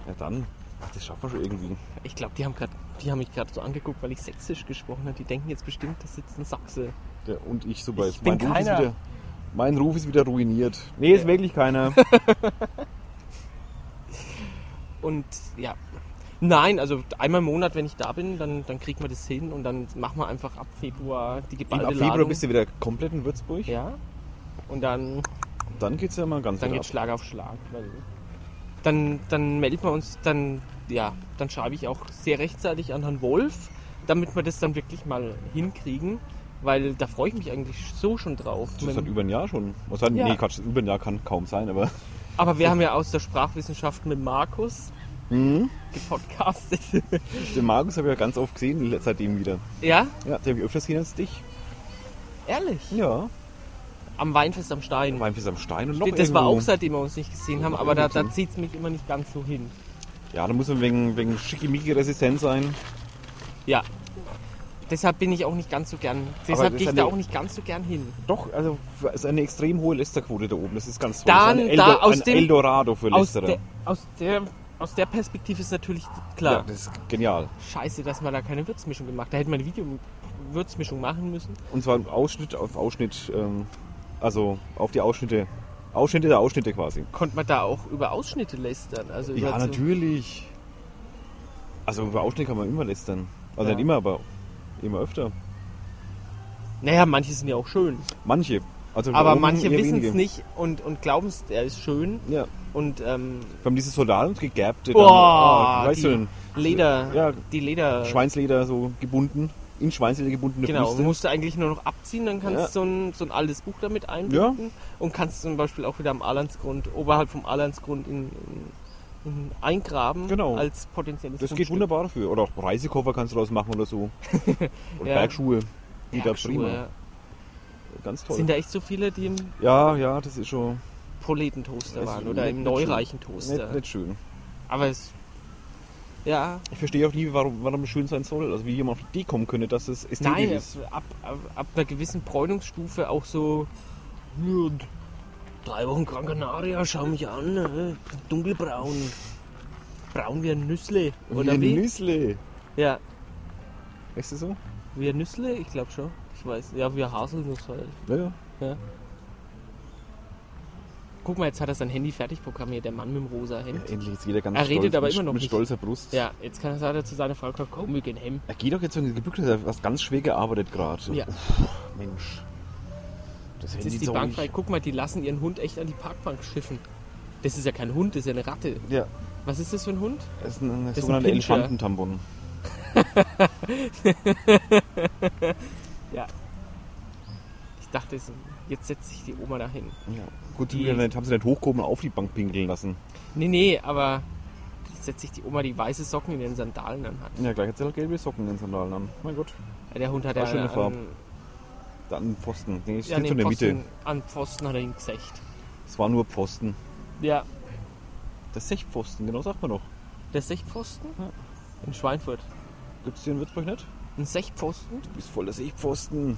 Speaker 1: Ja dann. Ach, das schaffen wir schon irgendwie.
Speaker 2: Ich glaube, die haben grad, die haben mich gerade so angeguckt, weil ich sächsisch gesprochen habe. Die denken jetzt bestimmt, das sitzt ein Sachse.
Speaker 1: Ja, und ich super.
Speaker 2: Ich bin
Speaker 1: Ruf ist
Speaker 2: keiner.
Speaker 1: wieder, mein Ruf ist wieder ruiniert. Nee, ist wirklich keiner.
Speaker 2: Und ja. Nein, also einmal im Monat, wenn ich da bin, dann, dann kriegen wir das hin und dann machen wir einfach ab Februar die
Speaker 1: Im
Speaker 2: geballte
Speaker 1: ab Februar
Speaker 2: Ladung.
Speaker 1: bist du wieder komplett in Würzburg.
Speaker 2: Ja. Und dann
Speaker 1: Dann geht's ja mal ganz
Speaker 2: Dann
Speaker 1: wieder
Speaker 2: geht Schlag auf Schlag. Weil dann, dann melden wir uns, dann, ja, dann schreibe ich auch sehr rechtzeitig an Herrn Wolf, damit wir das dann wirklich mal hinkriegen, weil da freue ich mich eigentlich so schon drauf.
Speaker 1: Das ist dann über ein Jahr schon. Was hat,
Speaker 2: Ja.
Speaker 1: Nee, Quatsch, über ein Jahr kann kaum sein, aber.
Speaker 2: Aber wir haben ja aus der Sprachwissenschaft mit Markus
Speaker 1: Mhm.
Speaker 2: gepodcastet.
Speaker 1: Den Markus habe ich ja ganz oft gesehen, seitdem wieder.
Speaker 2: ja,
Speaker 1: Ja, den habe ich öfters gesehen als dich.
Speaker 2: ehrlich.
Speaker 1: Ja.
Speaker 2: Am Weinfest am Stein.
Speaker 1: War am Stein und noch
Speaker 2: Das war
Speaker 1: irgendwo.
Speaker 2: auch seitdem wir uns nicht gesehen haben,
Speaker 1: Noch
Speaker 2: aber da,
Speaker 1: irgendwo
Speaker 2: da
Speaker 1: drin.
Speaker 2: zieht es mich immer nicht ganz so hin.
Speaker 1: Ja, da muss man wegen, wegen schickimicki resistent sein.
Speaker 2: Ja. Deshalb bin ich auch nicht ganz so gern.
Speaker 1: das
Speaker 2: Deshalb gehe
Speaker 1: ist
Speaker 2: ich
Speaker 1: ja
Speaker 2: da
Speaker 1: eine-
Speaker 2: auch nicht ganz so gern hin.
Speaker 1: Doch, also es ist eine extrem hohe Lästerquote da oben. Das ist ganz toll.
Speaker 2: Dann-
Speaker 1: das ist ein,
Speaker 2: da
Speaker 1: Eldo-
Speaker 2: aus
Speaker 1: ein
Speaker 2: dem-
Speaker 1: Eldorado für
Speaker 2: aus
Speaker 1: Lästerer.
Speaker 2: der, aus, der, aus der Perspektive ist natürlich
Speaker 1: Ja,
Speaker 2: klar,
Speaker 1: das ist genial.
Speaker 2: scheiße, dass man da keine Würzmischung gemacht hat. Da hätte man eine Video-Würzmischung machen müssen.
Speaker 1: Und zwar Ausschnitt auf Ausschnitt ähm, Also auf die Ausschnitte. Ausschnitte der Ausschnitte quasi.
Speaker 2: Konnte man da auch über Ausschnitte lästern? Also über
Speaker 1: Ja,
Speaker 2: so-
Speaker 1: natürlich. Also über Ausschnitte kann man immer lästern. Also
Speaker 2: Ja.
Speaker 1: nicht immer, aber immer öfter.
Speaker 2: Naja, manche sind ja auch schön.
Speaker 1: Manche. Also
Speaker 2: Aber
Speaker 1: warum
Speaker 2: manche
Speaker 1: eher
Speaker 2: wissen es
Speaker 1: wenige.
Speaker 2: nicht und, und glauben es, er ist schön.
Speaker 1: Ja.
Speaker 2: Und ähm,
Speaker 1: Wir haben diese Soldaten gegerbte.
Speaker 2: Oh,
Speaker 1: ah, weißt
Speaker 2: die
Speaker 1: du denn?
Speaker 2: Leder,
Speaker 1: Ja.
Speaker 2: die Leder.
Speaker 1: Schweinsleder so gebunden. In Schweinsleder gebundene
Speaker 2: Genau,
Speaker 1: Brüste.
Speaker 2: musst du eigentlich nur noch abziehen, dann kannst
Speaker 1: Ja.
Speaker 2: du so ein, so ein altes Buch damit einbinden und kannst zum Beispiel auch wieder am Alansgrund, oberhalb vom Alansgrund in, in, in eingraben
Speaker 1: Genau.
Speaker 2: als potenzielles
Speaker 1: Das geht
Speaker 2: Fundstück.
Speaker 1: wunderbar dafür. Oder auch Reisekoffer kannst du daraus machen oder so. Oder
Speaker 2: Ja.
Speaker 1: Bergschuhe. Geht da
Speaker 2: Bergschuhe,
Speaker 1: prima.
Speaker 2: ja.
Speaker 1: Ganz toll.
Speaker 2: Sind da echt so viele, die im
Speaker 1: Ja, ja, das ist schon
Speaker 2: Proletentoaster
Speaker 1: Es
Speaker 2: waren
Speaker 1: ist
Speaker 2: oder
Speaker 1: nicht-
Speaker 2: im
Speaker 1: nicht schön.
Speaker 2: neureichen Toaster?
Speaker 1: nicht, nicht schön.
Speaker 2: Aber es. Ja,
Speaker 1: Ich verstehe auch nie, warum, warum es schön sein soll. Also wie jemand auf die Idee kommen könnte, dass es ästhetisch
Speaker 2: nein,
Speaker 1: ist.
Speaker 2: ab, ab, ab einer gewissen Bräunungsstufe auch so. "Ja, d- Drei Wochen Gran Canaria, schau mich an, äh, dunkelbraun. Braun wie ein Nüssle, oder
Speaker 1: wie
Speaker 2: wie?
Speaker 1: ein Nüssle.
Speaker 2: ja,
Speaker 1: Weißt du so?
Speaker 2: wie ein Nüssle, ich glaube schon. Ich weiß, ja, wie ein Haselnuss halt.
Speaker 1: Ja, ja.
Speaker 2: Guck mal, jetzt hat er sein Handy fertig programmiert, der Mann mit dem rosa Hemd.
Speaker 1: Endlich ist jeder ganz
Speaker 2: Er redet
Speaker 1: stolz,
Speaker 2: aber
Speaker 1: mit,
Speaker 2: immer noch
Speaker 1: mit
Speaker 2: nicht.
Speaker 1: stolzer Brust.
Speaker 2: Ja, jetzt kann er, hat er zu seiner Frau gesagt, komm, wir gehen heim.
Speaker 1: Er geht doch jetzt in den Gebücke, er hat was ganz schwer gearbeitet gerade.
Speaker 2: Ja.
Speaker 1: Mensch. Das
Speaker 2: Jetzt ist die
Speaker 1: so
Speaker 2: Bank
Speaker 1: ich-
Speaker 2: frei. Guck mal, die lassen ihren Hund echt an die Parkbank schiffen. Das ist ja kein Hund, das ist ja eine Ratte.
Speaker 1: Ja,
Speaker 2: Was ist das für ein Hund?
Speaker 1: das ist ein,
Speaker 2: ist ein
Speaker 1: sogenannter
Speaker 2: Pinscher.
Speaker 1: Elefantentambon.
Speaker 2: Ich dachte, es- jetzt setzt sich die Oma dahin.
Speaker 1: Ja. Gut,
Speaker 2: Die-
Speaker 1: die haben sie nicht hochgehoben und auf die Bank pinkeln lassen.
Speaker 2: Nee, nee, aber jetzt setzt sich die Oma die weiße Socken in den Sandalen anhat.
Speaker 1: Ja, gleich hat sie halt gelbe Socken in den Sandalen an. Mein Gott.
Speaker 2: Der Hund hat
Speaker 1: War
Speaker 2: ja
Speaker 1: schöne
Speaker 2: an,
Speaker 1: Farbe. Da an den Pfosten. Nee,
Speaker 2: ja,
Speaker 1: steht
Speaker 2: an,
Speaker 1: so in
Speaker 2: den
Speaker 1: der
Speaker 2: Pfosten,
Speaker 1: Mitte.
Speaker 2: an Pfosten hat er ihn gesächt.
Speaker 1: Es war nur Pfosten.
Speaker 2: Ja,
Speaker 1: Das Sechpfosten, genau sagt man doch.
Speaker 2: der Sechpfosten
Speaker 1: Ja.
Speaker 2: in Schweinfurt.
Speaker 1: Gibt es hier in Würzburg nicht?
Speaker 2: Ein Sechpfosten?
Speaker 1: Du bist voll der Sechpfosten.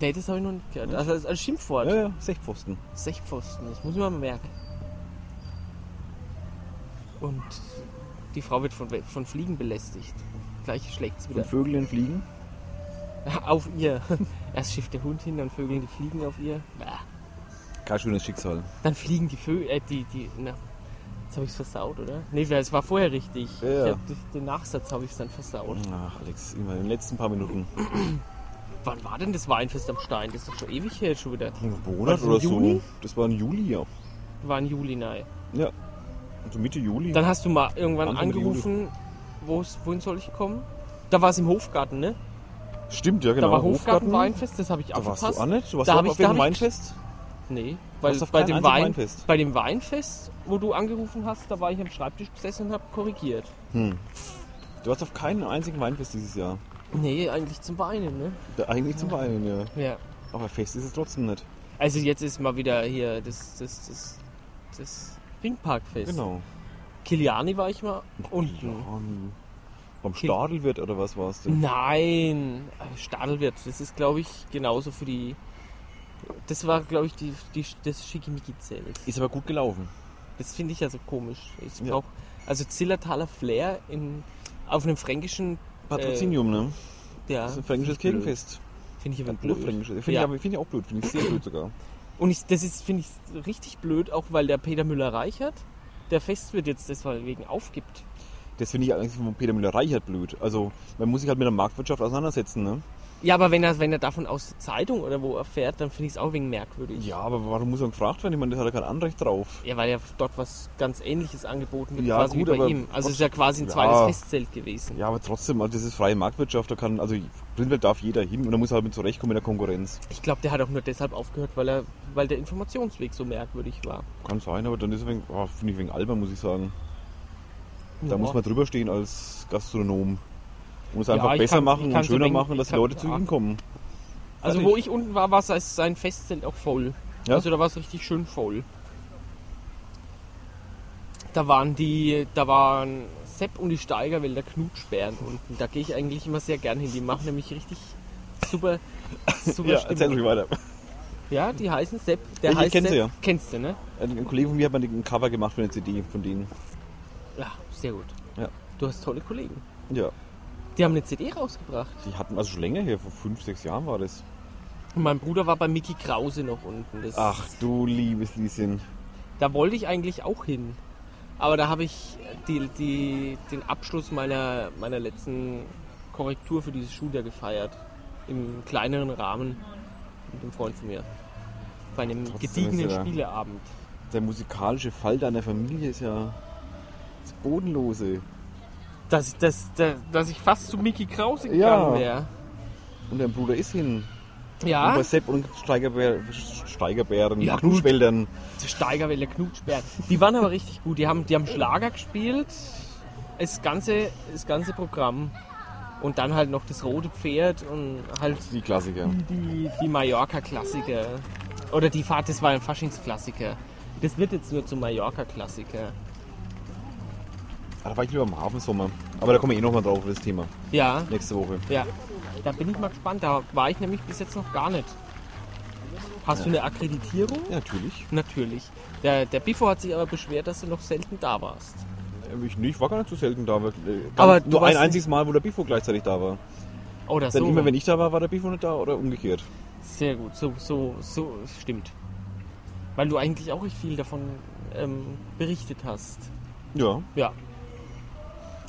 Speaker 2: Nee, das habe ich noch nicht gehört. Also, das ist ein Schimpfwort.
Speaker 1: Ja, ja, Sechpfosten.
Speaker 2: Sechpfosten, das muss ich mal merken. Und die Frau wird von, von Fliegen belästigt. Gleich schlägt sie
Speaker 1: Und
Speaker 2: wieder
Speaker 1: Vögeln fliegen.
Speaker 2: auf ihr. Erst schifft der Hund hin, dann vögeln die Fliegen auf ihr. Bäh.
Speaker 1: Kein schönes Schicksal.
Speaker 2: Dann fliegen die Vögel, äh, die, die, na, jetzt habe ich es versaut, oder? Nee, es war vorher richtig.
Speaker 1: Ja, ja.
Speaker 2: Ich hab, durch den Nachsatz habe ich es dann versaut.
Speaker 1: Ach, Alex, immer in den letzten paar Minuten.
Speaker 2: Wann war denn das Weinfest am Stein? Das ist doch schon ewig her, schon wieder. War
Speaker 1: Monat
Speaker 2: das im
Speaker 1: oder
Speaker 2: Juni?
Speaker 1: so. Das war im Juli, ja.
Speaker 2: War in Juli, nein.
Speaker 1: Ja. Also Mitte Juli.
Speaker 2: Dann hast du mal irgendwann
Speaker 1: Anfang Mitte
Speaker 2: angerufen, wo's, wohin soll ich kommen? Da war es im Hofgarten, ne?
Speaker 1: Stimmt, ja,
Speaker 2: Da
Speaker 1: genau.
Speaker 2: war Hofgarten Weinfest, das habe ich
Speaker 1: Da warst du
Speaker 2: abgepasst.
Speaker 1: auch nicht? Du warst
Speaker 2: Da
Speaker 1: auch
Speaker 2: hab ich-
Speaker 1: auf dem
Speaker 2: da hab ich-
Speaker 1: Weinfest?
Speaker 2: Nee, weil
Speaker 1: warst auf
Speaker 2: bei
Speaker 1: keinem
Speaker 2: dem
Speaker 1: einzigen
Speaker 2: Wein,
Speaker 1: Weinfest.
Speaker 2: bei dem Weinfest, wo du angerufen hast, da war ich am Schreibtisch gesessen und habe korrigiert.
Speaker 1: Du warst auf keinen einzigen Weinfest dieses Jahr.
Speaker 2: Nee, eigentlich zum Weinen, ne?
Speaker 1: Da eigentlich zum Weinen, ja.
Speaker 2: Ja.
Speaker 1: Aber Fest ist es trotzdem nicht.
Speaker 2: Also jetzt ist mal wieder hier das das das, das Ringparkfest.
Speaker 1: Genau.
Speaker 2: Kiliani war ich mal unten.
Speaker 1: Am- Beim Stadelwirt oder was warst du?
Speaker 2: Nein, äh, Stadelwirt, das ist glaube ich genauso für die das war glaube ich die, die das Schickimicki zelt.
Speaker 1: Ist aber gut gelaufen.
Speaker 2: Das finde ich ja so komisch. Ich
Speaker 1: Ja.
Speaker 2: brauch also Zillertaler Flair in auf einem fränkischen
Speaker 1: Patrozinium, ne?
Speaker 2: Ja,
Speaker 1: Das ist ein fränkisches
Speaker 2: find ich blöd.
Speaker 1: Kirchenfest.
Speaker 2: Finde ich aber
Speaker 1: Nur
Speaker 2: blöd.
Speaker 1: fränkisch. Finde ich,
Speaker 2: Ja.
Speaker 1: aber- finde ich auch blöd. Finde ich sehr blöd sogar.
Speaker 2: Und ich, das ist, finde ich, richtig blöd, auch weil der Peter Müller-Reichert, der Festwirt jetzt deswegen aufgibt.
Speaker 1: Das finde ich eigentlich von Peter Müller-Reichert blöd. Also, man muss sich halt mit der Marktwirtschaft auseinandersetzen, ne?
Speaker 2: Ja, aber wenn er, wenn er davon aus der Zeitung oder wo erfährt, dann finde ich es auch wegen merkwürdig.
Speaker 1: Ja, aber warum muss man gefragt werden? Ich meine, das hat er kein Anrecht drauf.
Speaker 2: Ja, weil ja dort was ganz ähnliches angeboten wird,
Speaker 1: Ja,
Speaker 2: quasi
Speaker 1: gut,
Speaker 2: wie bei
Speaker 1: aber
Speaker 2: ihm. Also es ist ja quasi ein
Speaker 1: Ja.
Speaker 2: zweites Festzelt gewesen.
Speaker 1: Ja, aber trotzdem, also das ist freie Marktwirtschaft. Da kann, also, prinzipiell darf jeder hin und da muss er halt mit zurechtkommen in der Konkurrenz.
Speaker 2: Ich glaube, der hat auch nur deshalb aufgehört, weil er, weil der Informationsweg so merkwürdig war.
Speaker 1: Kann sein, aber dann ist es wegen, oh, finde ich wegen albern, muss ich sagen. Da
Speaker 2: Ja.
Speaker 1: muss man drüber stehen als Gastronom. Man muss
Speaker 2: Ja,
Speaker 1: einfach
Speaker 2: ich
Speaker 1: besser
Speaker 2: kann- ich
Speaker 1: machen
Speaker 2: kann
Speaker 1: und
Speaker 2: so
Speaker 1: schöner
Speaker 2: denken,
Speaker 1: machen, dass
Speaker 2: ich
Speaker 1: die
Speaker 2: kann-
Speaker 1: Leute zu
Speaker 2: ja.
Speaker 1: ihnen kommen.
Speaker 2: Also wo ich unten war, war se- sein Festzelt auch voll.
Speaker 1: Ja?
Speaker 2: Also da war es richtig schön voll. Da waren die, da waren Sepp und die Steigerwälder Knutschbären unten. Da gehe ich eigentlich immer sehr gern hin. Die machen nämlich richtig super, super
Speaker 1: Ja, erzähl
Speaker 2: Stimmung.
Speaker 1: ruhig weiter.
Speaker 2: Ja, die heißen Sepp. Der
Speaker 1: Ich- ich
Speaker 2: heißt
Speaker 1: kenn sie
Speaker 2: Sepp.
Speaker 1: ja.
Speaker 2: Kennst du, ne?
Speaker 1: Also Ein ein Kollege von mir hat mal ein Cover gemacht für eine CD von denen.
Speaker 2: Ja, sehr gut.
Speaker 1: Ja.
Speaker 2: Du hast tolle Kollegen.
Speaker 1: Ja,
Speaker 2: Die haben eine CD rausgebracht.
Speaker 1: die hatten also schon länger her, vor fünf, sechs Jahren war das.
Speaker 2: Und mein Bruder war bei Mickey Krause noch unten. Das,
Speaker 1: Ach du liebes Lieschen.
Speaker 2: Da wollte ich eigentlich auch hin. Aber da habe ich die, die, den Abschluss meiner, meiner letzten Korrektur für dieses Schuljahr gefeiert. Im kleineren Rahmen mit einem Freund von mir. Bei einem
Speaker 1: Trotzdem
Speaker 2: gediegenen
Speaker 1: ist er da.
Speaker 2: Spieleabend.
Speaker 1: Der musikalische Fall deiner Familie ist ja das Bodenlose.
Speaker 2: Dass, dass, dass, dass ich fast zu Mickey Krause
Speaker 1: Ja.
Speaker 2: gegangen wäre.
Speaker 1: Und dein Bruder ist hin.
Speaker 2: Ja,
Speaker 1: Über Sepp und Steigerbeer, Steigerbären,
Speaker 2: Ah? Ja, gut.
Speaker 1: Knuschwäldern.
Speaker 2: Steigerwelle, Knutschbären. Die waren aber richtig gut. Die haben, die haben Schlager gespielt. Das ganze, das ganze Programm. Und dann halt noch das rote Pferd und halt
Speaker 1: Die Klassiker.
Speaker 2: die, die Mallorca-Klassiker. Oder die Fahrt, das war ein Faschings-Klassiker. Das wird jetzt nur zum Mallorca-Klassiker.
Speaker 1: Ah, da war ich lieber im Hafensommer. Aber da kommen wir eh nochmal drauf, auf das Thema.
Speaker 2: Ja,
Speaker 1: Nächste Woche.
Speaker 2: ja. Da bin ich mal gespannt. Da war ich nämlich bis jetzt noch gar nicht. Hast du eine Akkreditierung?
Speaker 1: Ja, natürlich.
Speaker 2: Natürlich. Der, der Bifo hat sich aber beschwert, dass du noch selten da warst.
Speaker 1: Äh, Ich, nee, ich war gar nicht so selten da. wirklich. Äh, ganz-
Speaker 2: Aber du
Speaker 1: nur
Speaker 2: warst
Speaker 1: ein einziges Mal, wo der Bifo gleichzeitig da war.
Speaker 2: Oder
Speaker 1: Denn
Speaker 2: so.
Speaker 1: immer wenn ich da war, war der Bifo nicht da oder umgekehrt.
Speaker 2: Sehr gut, so, so, so es stimmt. Weil du eigentlich auch nicht viel davon ähm, berichtet hast.
Speaker 1: Ja.
Speaker 2: Ja,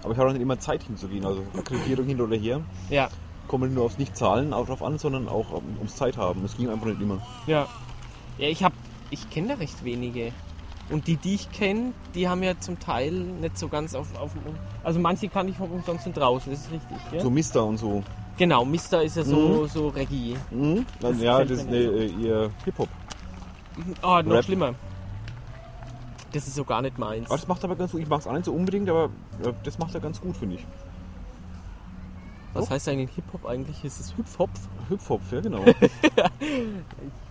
Speaker 1: Aber ich habe auch nicht immer Zeit hinzugehen. Also Akkreditierung hin oder her.
Speaker 2: ja,
Speaker 1: Kommt nicht nur aufs Nicht-Zahlen auch drauf an, sondern auch ähm, ums Zeit haben. Es ging einfach nicht immer.
Speaker 2: ja. Ja, ich hab, ich kenne da recht wenige. Und die, die ich kenne, die haben ja zum Teil nicht so ganz auf, auf dem Um- Also manche kann ich vom Umsonst und draußen, das ist richtig, ja?
Speaker 1: So Mister und so.
Speaker 2: Genau, Mister ist ja so,
Speaker 1: Mhm.
Speaker 2: so Reggae.
Speaker 1: Mhm.
Speaker 2: Das
Speaker 1: ja,
Speaker 2: gefällt
Speaker 1: das ist
Speaker 2: mir
Speaker 1: ne, äh,
Speaker 2: nicht
Speaker 1: ihr Hip-Hop.
Speaker 2: Oh, noch
Speaker 1: Rap.
Speaker 2: schlimmer. Das ist so gar nicht meins.
Speaker 1: Aber das macht er aber ganz gut. Ich mag es auch nicht so unbedingt, aber äh, das macht er ganz gut, finde ich.
Speaker 2: Was heißt eigentlich Hip-Hop eigentlich? Ist es Hüpf-Hopf?
Speaker 1: Hip-Hop, ja genau.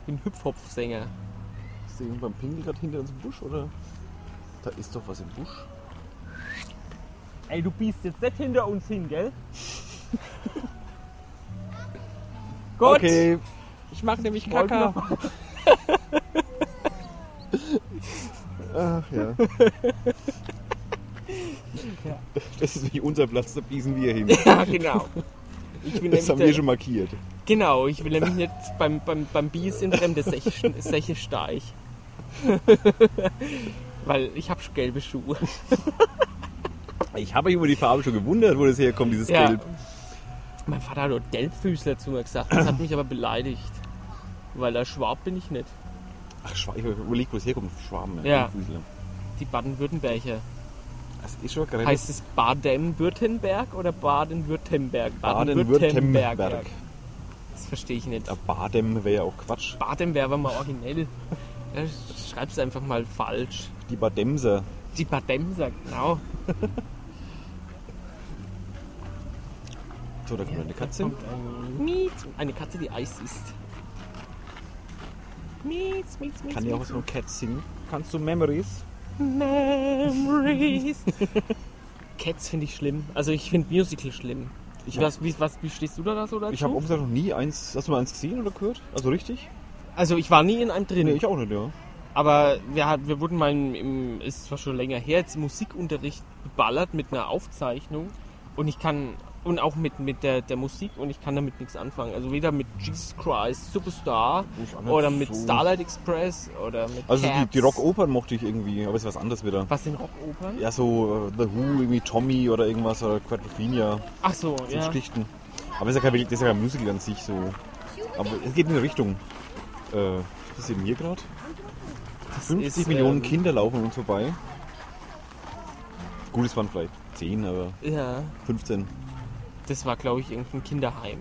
Speaker 2: Im Hüpf-Hopf-Sänger.
Speaker 1: Ist der irgendwann Pingel gerade hinter uns im Busch oder? Da ist doch was im Busch.
Speaker 2: Ey, du biest jetzt nicht hinter uns hin, gell? Gut,
Speaker 1: Okay,
Speaker 2: ich mache nämlich
Speaker 1: Wollt
Speaker 2: Kaka.
Speaker 1: ach ja. Das ist nicht unser Platz, da biesen wir hin.
Speaker 2: Ja, genau. Ich bin
Speaker 1: Das
Speaker 2: nämlich
Speaker 1: haben wir
Speaker 2: der,
Speaker 1: schon markiert.
Speaker 2: genau, ich will nämlich nicht beim, beim, beim Bies in fremde Säche, Säche steig. Weil ich habe schon gelbe Schuhe.
Speaker 1: Ich habe mich über die Farbe schon gewundert, wo das herkommt, dieses
Speaker 2: Ja.
Speaker 1: Gelb.
Speaker 2: Mein Vater hat auch Gelbfüßler zu mir gesagt. Das hat mich aber beleidigt. Weil der Schwab bin ich nicht.
Speaker 1: Ach, Schwa- ich überlege, wo es herkommt. Schwaben,
Speaker 2: Ja.
Speaker 1: Füßler.
Speaker 2: Die Baden-Württemberger.
Speaker 1: Das ist schon gerade
Speaker 2: Heißt es Baden-Württemberg oder Baden-Württemberg?
Speaker 1: Baden-Württemberg.
Speaker 2: Das verstehe ich nicht.
Speaker 1: Ja, Badem wäre ja auch Quatsch.
Speaker 2: Badem wäre aber mal originell. Ja, sch- Schreib's einfach mal falsch.
Speaker 1: Die Bademser.
Speaker 2: Die Bademser, genau.
Speaker 1: So, da kommt eine Katze.
Speaker 2: Kommt ein Miet. Eine Katze, die Eis isst. Mietz, mietz, mietz,
Speaker 1: Kann ja auch was von Cats singen. Kannst du Memories?
Speaker 2: Memories. Cats finde ich schlimm. Also ich finde Musical schlimm.
Speaker 1: Ich hab-
Speaker 2: was, wie, was, wie stehst du da, da so dazu?
Speaker 1: Ich habe offen gesagt noch nie eins. Hast du mal eins gesehen oder gehört? Also richtig?
Speaker 2: also ich war nie in einem drin.
Speaker 1: Nee, ich auch nicht, ja.
Speaker 2: Aber wir, hat, wir wurden mal, im, im, ist zwar schon länger her, jetzt im Musikunterricht beballert mit einer Aufzeichnung und ich kann, und auch mit, mit der, der Musik und ich kann damit nichts anfangen. Also weder mit Jesus Christ Superstar
Speaker 1: Ich auch nicht
Speaker 2: oder mit
Speaker 1: so.
Speaker 2: Starlight Express oder mit
Speaker 1: Also die,
Speaker 2: Cats.
Speaker 1: die Rockopern mochte ich irgendwie, aber ist was anderes wieder.
Speaker 2: Was sind Rockopern?
Speaker 1: Ja, so äh, The Who, irgendwie Tommy oder irgendwas oder Quadrophenia.
Speaker 2: Ach so,
Speaker 1: So
Speaker 2: ja.
Speaker 1: Geschichten. Aber das ist, ja kein, wirklich- das ist ja kein Musical an sich so. Aber es geht in eine Richtung. Äh, was ist denn hier gerade? 50
Speaker 2: ist,
Speaker 1: Millionen
Speaker 2: ähm,
Speaker 1: Kinder laufen uns vorbei. Gut, es waren vielleicht 10, aber
Speaker 2: Ja,
Speaker 1: 15.
Speaker 2: das war glaube ich irgendein Kinderheim.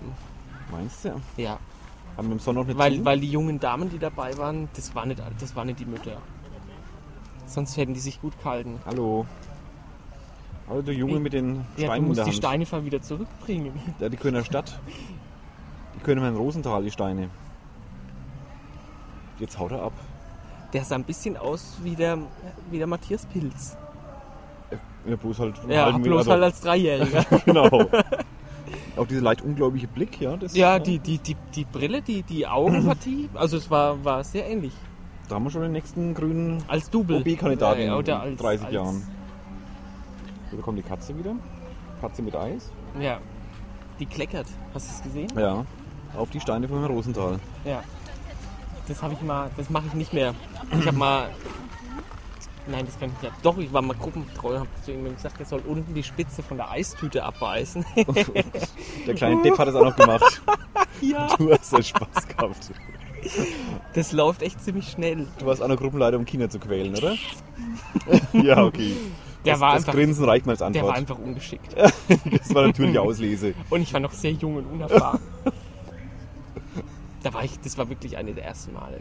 Speaker 1: Meinst du? Haben
Speaker 2: Ja,
Speaker 1: wir im Sommer noch nicht
Speaker 2: weil,
Speaker 1: zu?
Speaker 2: weil die jungen Damen, die dabei waren, das waren nicht, das waren nicht die Mütter. Sonst hätten die sich gut gehalten.
Speaker 1: Hallo. Hallo, der Junge
Speaker 2: Hey.
Speaker 1: mit den
Speaker 2: Ja, du
Speaker 1: Steinen in
Speaker 2: musst
Speaker 1: der
Speaker 2: die
Speaker 1: Hand.
Speaker 2: Steine mal wieder zurückbringen.
Speaker 1: Ja, die Kölner Stadt. Die Kölner in Rosenthal, die Steine. Jetzt haut er ab.
Speaker 2: Der sah ein bisschen aus wie der, wie der Matthias Pilz.
Speaker 1: Ja, bloß halt. einen
Speaker 2: Ja,
Speaker 1: halben
Speaker 2: bloß
Speaker 1: Meter-
Speaker 2: halt als Dreijähriger.
Speaker 1: Genau. Auch dieser leicht unglaubliche Blick, ja. Das,
Speaker 2: ja, die, die, die, die Brille, die, die Augenpartie, also es war, war sehr ähnlich.
Speaker 1: Da haben wir schon den nächsten grünen
Speaker 2: Als Double.
Speaker 1: OB-Kandidaten
Speaker 2: Ja,
Speaker 1: in
Speaker 2: oder als,
Speaker 1: 30
Speaker 2: als,
Speaker 1: Jahren. Da kommt die Katze wieder. Katze mit Eis.
Speaker 2: Ja. Die kleckert. Hast du es gesehen?
Speaker 1: Ja. auf die Steine von Herrn Rosenthal.
Speaker 2: Ja. Das habe ich mal, das mache ich nicht mehr. Ich habe mal. Nein, das kann ich nicht. Doch, ich war mal gruppentreu, habe zu irgendjemandem gesagt, er soll unten die Spitze von der Eistüte abbeißen.
Speaker 1: Der kleine Depp hat es auch noch gemacht.
Speaker 2: ja.
Speaker 1: Du hast ja Spaß gehabt.
Speaker 2: Das läuft echt ziemlich schnell.
Speaker 1: Du warst auch noch Gruppenleiter, um China zu quälen, oder? ja, okay.
Speaker 2: Der
Speaker 1: das,
Speaker 2: war
Speaker 1: das
Speaker 2: einfach-
Speaker 1: Grinsen reicht mal als
Speaker 2: Der war
Speaker 1: Antwort.
Speaker 2: einfach ungeschickt.
Speaker 1: das war natürlich Auslese.
Speaker 2: Und ich war noch sehr jung und unerfahren. da war ich, das war wirklich eine der ersten Male,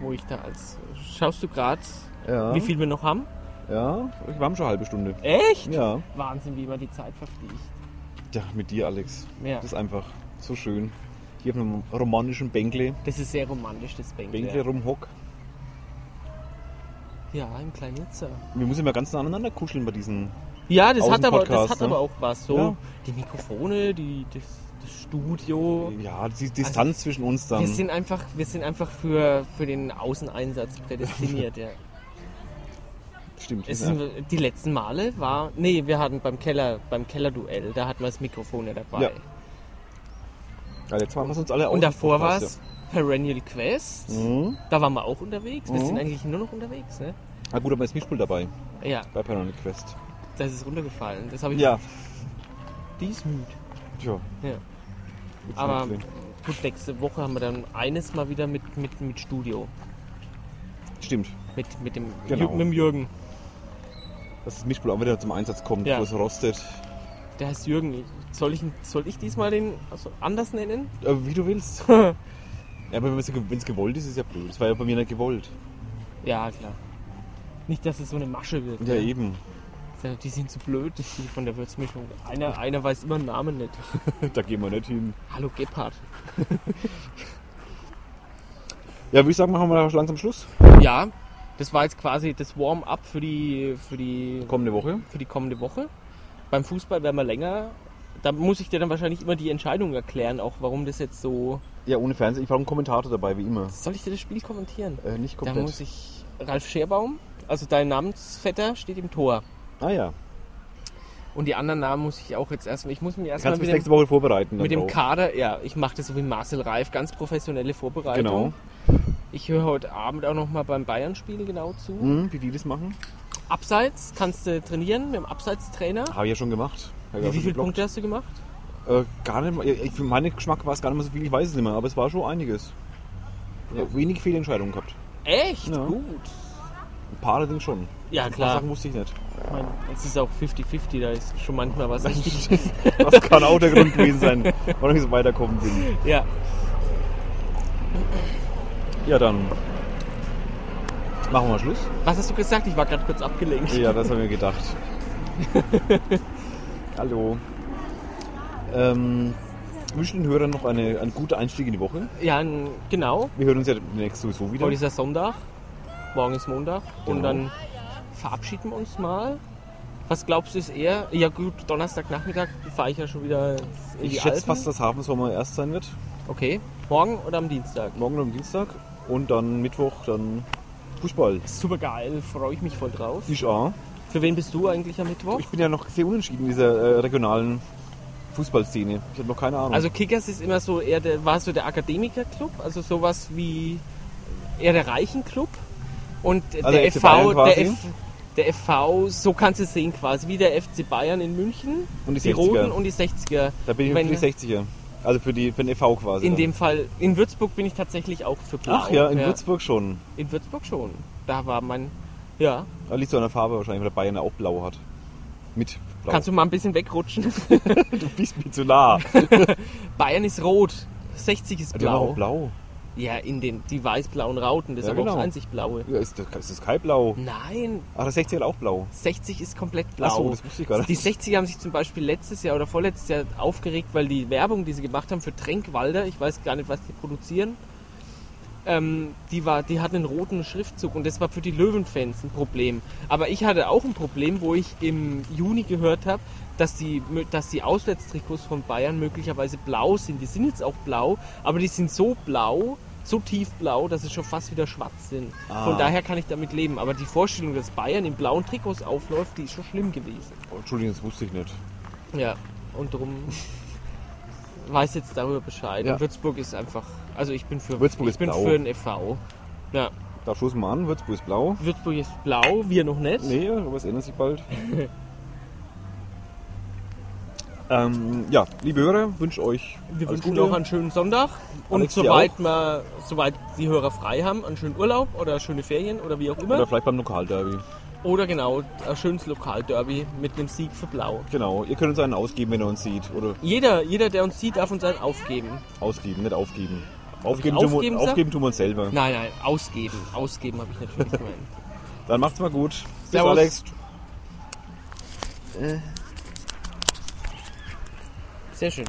Speaker 2: wo ich da als. Schaust du gerade,
Speaker 1: Ja,
Speaker 2: wie viel wir noch haben?
Speaker 1: ja. Wir haben schon eine halbe Stunde.
Speaker 2: Echt?
Speaker 1: Ja.
Speaker 2: Wahnsinn, wie immer die Zeit verfliegt.
Speaker 1: ja, mit dir, Alex.
Speaker 2: Ja.
Speaker 1: Das ist einfach so schön. Hier auf einem romanischen Bänkle,
Speaker 2: Das ist sehr romantisch, das
Speaker 1: Bänkle
Speaker 2: Bänkle.
Speaker 1: rumhock.
Speaker 2: Ja, im kleinen Nizza.
Speaker 1: Wir müssen immer ganz nah aneinander kuscheln bei diesen.
Speaker 2: Ja, das hat, aber, das
Speaker 1: Außenpodcast,
Speaker 2: hat
Speaker 1: ne?
Speaker 2: aber auch was. So,
Speaker 1: Ja.
Speaker 2: die Mikrofone, die, das, das Studio.
Speaker 1: Ja, die Distanz zwischen uns dann.
Speaker 2: Also, Wir sind einfach, wir sind einfach für, für den Außeneinsatz prädestiniert, ja.
Speaker 1: Stimmt.
Speaker 2: Es
Speaker 1: ja.
Speaker 2: sind, die letzten Male war. Nee, wir hatten beim Keller, beim Kellerduell, da hatten wir das Mikrofon ja dabei.
Speaker 1: Ja. Ja, jetzt machen wir es uns alle
Speaker 2: Und davor war es
Speaker 1: Außenpodcast,
Speaker 2: Perennial Quest.
Speaker 1: Ja. Mhm.
Speaker 2: Da waren wir auch unterwegs. Wir
Speaker 1: Mhm.
Speaker 2: sind eigentlich nur noch unterwegs, ne?
Speaker 1: Ah, gut, aber ist Mischpult dabei
Speaker 2: Ja,
Speaker 1: bei Paranormal Quest.
Speaker 2: das ist runtergefallen. Das habe ich.
Speaker 1: Ja,
Speaker 2: Die ist müde.
Speaker 1: tja.
Speaker 2: Ja.
Speaker 1: Gibt's
Speaker 2: Aber
Speaker 1: nicht.
Speaker 2: gut, nächste Woche haben wir dann eines mal wieder mit, mit, mit Studio.
Speaker 1: Stimmt.
Speaker 2: Mit, mit, dem,
Speaker 1: Genau.
Speaker 2: Jü- mit dem Jürgen.
Speaker 1: Dass das Mischpult auch wieder zum Einsatz kommt,
Speaker 2: Ja.
Speaker 1: wo es rostet.
Speaker 2: Der heißt Jürgen. Soll ich, ihn- soll ich diesmal den also anders nennen?
Speaker 1: Äh, wie du willst. ja, aber wenn es gewollt ist, ist es ja blöd. Das war ja bei mir nicht gewollt.
Speaker 2: Ja, klar. Nicht, dass es so eine Masche wird.
Speaker 1: Ja,
Speaker 2: ne?
Speaker 1: eben.
Speaker 2: Ja, Äh, Die sind zu blöd, die von der Würzmischung. Einer, einer weiß immer den Namen nicht.
Speaker 1: da gehen wir nicht hin.
Speaker 2: Hallo Gebhardt.
Speaker 1: Ja, würde ich sagen, machen wir da langsam Schluss.
Speaker 2: Ja, das war jetzt quasi das Warm-up für die, für, die,
Speaker 1: Kommende Woche.
Speaker 2: für die kommende Woche. Beim Fußball werden wir länger. Da muss ich dir dann wahrscheinlich immer die Entscheidung erklären, auch warum das jetzt so.
Speaker 1: Ja, ohne Fernsehen. Ich brauche einen Kommentator dabei, wie immer.
Speaker 2: Soll ich dir das Spiel kommentieren?
Speaker 1: Äh, nicht
Speaker 2: Da
Speaker 1: komplett.
Speaker 2: muss ich. Ralf Scherbaum, also dein Namensvetter, steht im Tor.
Speaker 1: ah ja.
Speaker 2: Und die anderen Namen muss ich auch jetzt erstmal. Ich muss mir erstmal
Speaker 1: Kannst du
Speaker 2: mit
Speaker 1: bis
Speaker 2: dem,
Speaker 1: nächste Woche vorbereiten. dann
Speaker 2: mit dem
Speaker 1: drauf.
Speaker 2: Kader. Ja, ich mache das so wie Marcel Reif, ganz professionelle Vorbereitung.
Speaker 1: Genau.
Speaker 2: Ich höre heute Abend auch nochmal beim Bayern-Spiel genau zu.
Speaker 1: Mhm, wie die das machen.
Speaker 2: Abseits kannst du trainieren mit dem Abseitstrainer.
Speaker 1: Habe ich ja schon gemacht. Hab ich auch schon
Speaker 2: Wie, wie viele
Speaker 1: geblockt.
Speaker 2: Punkte hast du gemacht?
Speaker 1: Äh, gar nicht mal, ich, für meinen Geschmack war es gar nicht mal so viel, ich weiß es nicht mehr, aber es war schon einiges. Ja. Wenig Fehlentscheidungen gehabt.
Speaker 2: Echt?
Speaker 1: Ja.
Speaker 2: Gut.
Speaker 1: Ein paar allerdings schon.
Speaker 2: Ja,
Speaker 1: Ein paar
Speaker 2: klar.
Speaker 1: Sachen wusste ich nicht.
Speaker 2: Ich meine, es ist auch 50-50, da ist schon manchmal was richtig.
Speaker 1: Das kann auch der Grund gewesen sein, warum ich so weiterkommen bin.
Speaker 2: ja.
Speaker 1: Ja, dann machen wir Schluss.
Speaker 2: Was hast du gesagt? Ich war gerade kurz abgelenkt.
Speaker 1: Ja, das haben wir gedacht. Hallo. Ähm, wünschen den Hörern noch eine, einen guten Einstieg in die Woche.
Speaker 2: Ja, n- genau.
Speaker 1: Wir hören uns ja demnächst sowieso wieder.
Speaker 2: Heute ist ja Genau, Sonntag. Morgen ist Montag. Und
Speaker 1: Genau.
Speaker 2: dann verabschieden wir uns mal. Was glaubst du, ist eher? Ja, gut, Donnerstagnachmittag fahre ich ja schon wieder in die
Speaker 1: Ich schätze
Speaker 2: Alpen.
Speaker 1: fast, dass Hafensommer erst sein wird.
Speaker 2: Okay. Morgen oder am Dienstag?
Speaker 1: Morgen oder am Dienstag. Und dann Mittwoch, dann Fußball.
Speaker 2: Super geil, freue ich mich voll drauf.
Speaker 1: Ich auch.
Speaker 2: Für wen bist du eigentlich am Mittwoch?
Speaker 1: Ich bin ja noch sehr unentschieden in dieser äh, regionalen Fußballszene. Ich habe noch keine Ahnung.
Speaker 2: Also Kickers ist immer so eher der, war so der Akademikerclub, also sowas wie eher der Reichenclub und
Speaker 1: Also
Speaker 2: Ah, der
Speaker 1: FC
Speaker 2: FV,
Speaker 1: Bayern
Speaker 2: der,
Speaker 1: quasi?
Speaker 2: F, der FV, so kannst du es sehen quasi, wie der FC Bayern in München,
Speaker 1: Und die 60er.
Speaker 2: Roten und die 60er.
Speaker 1: da bin ich
Speaker 2: Wenn-
Speaker 1: für die 60er. Also für, die, für den EV quasi.
Speaker 2: In
Speaker 1: dann.
Speaker 2: dem Fall, in Würzburg bin ich tatsächlich auch für Blau.
Speaker 1: Ach ja, in Würzburg schon.
Speaker 2: In Würzburg schon. Da war mein, ja,
Speaker 1: Da liegt so an der Farbe wahrscheinlich, weil der Bayern ja auch blau hat. Mit blau.
Speaker 2: kannst du mal ein bisschen wegrutschen.
Speaker 1: du bist mir zu nah.
Speaker 2: Bayern ist rot, 60 ist
Speaker 1: Die haben
Speaker 2: blau.
Speaker 1: auch blau.
Speaker 2: Ja, in den, die weiß-blauen Rauten, das ist
Speaker 1: Ja,
Speaker 2: aber auch
Speaker 1: genau.
Speaker 2: das einzig blaue.
Speaker 1: Ja, ist, das, ist das kein blau?
Speaker 2: Nein,
Speaker 1: Ach, der 60er hat auch blau.
Speaker 2: 60 ist komplett blau.
Speaker 1: Ach so, das wusste ich gar nicht.
Speaker 2: Die 60er haben sich zum Beispiel letztes Jahr oder vorletztes Jahr aufgeregt, weil die Werbung, die sie gemacht haben für Tränkwalder, ich weiß gar nicht, was die produzieren, ähm, die, war, die hatten einen roten Schriftzug und das war für die Löwenfans ein Problem. Aber ich hatte auch ein Problem, wo ich im Juni gehört habe, dass die, dass die Auswärtstrikots von Bayern möglicherweise blau sind. Die sind jetzt auch blau, aber die sind so blau, so tiefblau, dass sie schon fast wieder schwarz sind.
Speaker 1: Ah.
Speaker 2: Von daher kann ich damit leben. Aber die Vorstellung, dass Bayern in blauen Trikots aufläuft, die ist schon schlimm gewesen.
Speaker 1: Oh, Entschuldigung, das wusste ich nicht.
Speaker 2: Ja, und drum weiß jetzt darüber Bescheid.
Speaker 1: Ja.
Speaker 2: Und Würzburg ist einfach, also ich bin für
Speaker 1: Würzburg
Speaker 2: ich
Speaker 1: ist
Speaker 2: bin
Speaker 1: blau.
Speaker 2: für den e.V. Ja,
Speaker 1: Da stoßen wir an, Würzburg ist blau.
Speaker 2: Würzburg ist blau, wir noch nicht.
Speaker 1: Nee, aber es ändert sich bald. ähm, ja, liebe Hörer, wünsche euch
Speaker 2: Wir
Speaker 1: alles
Speaker 2: wünschen
Speaker 1: Gute.
Speaker 2: noch einen schönen Sonntag und
Speaker 1: Alex, dir
Speaker 2: soweit, mal, soweit die Hörer frei haben, einen schönen Urlaub oder schöne Ferien oder wie auch immer.
Speaker 1: Oder
Speaker 2: Oder,
Speaker 1: vielleicht beim Lokalderby.
Speaker 2: genau, ein schönes Lokalderby mit einem Sieg für Blau.
Speaker 1: Genau, ihr könnt uns einen ausgeben, wenn ihr uns sieht. Oder
Speaker 2: Jeder, jeder der uns sieht, darf uns einen aufgeben.
Speaker 1: ausgeben, nicht aufgeben. Aufgeben,
Speaker 2: ich
Speaker 1: tun, wir-
Speaker 2: aufgeben gesagt?
Speaker 1: aufgeben tun wir uns selber.
Speaker 2: Nein, nein, ausgeben. Ausgeben habe ich natürlich gemeint.
Speaker 1: Dann macht's mal gut. Bis
Speaker 2: Servus.
Speaker 1: Alex.
Speaker 2: Sehr schön.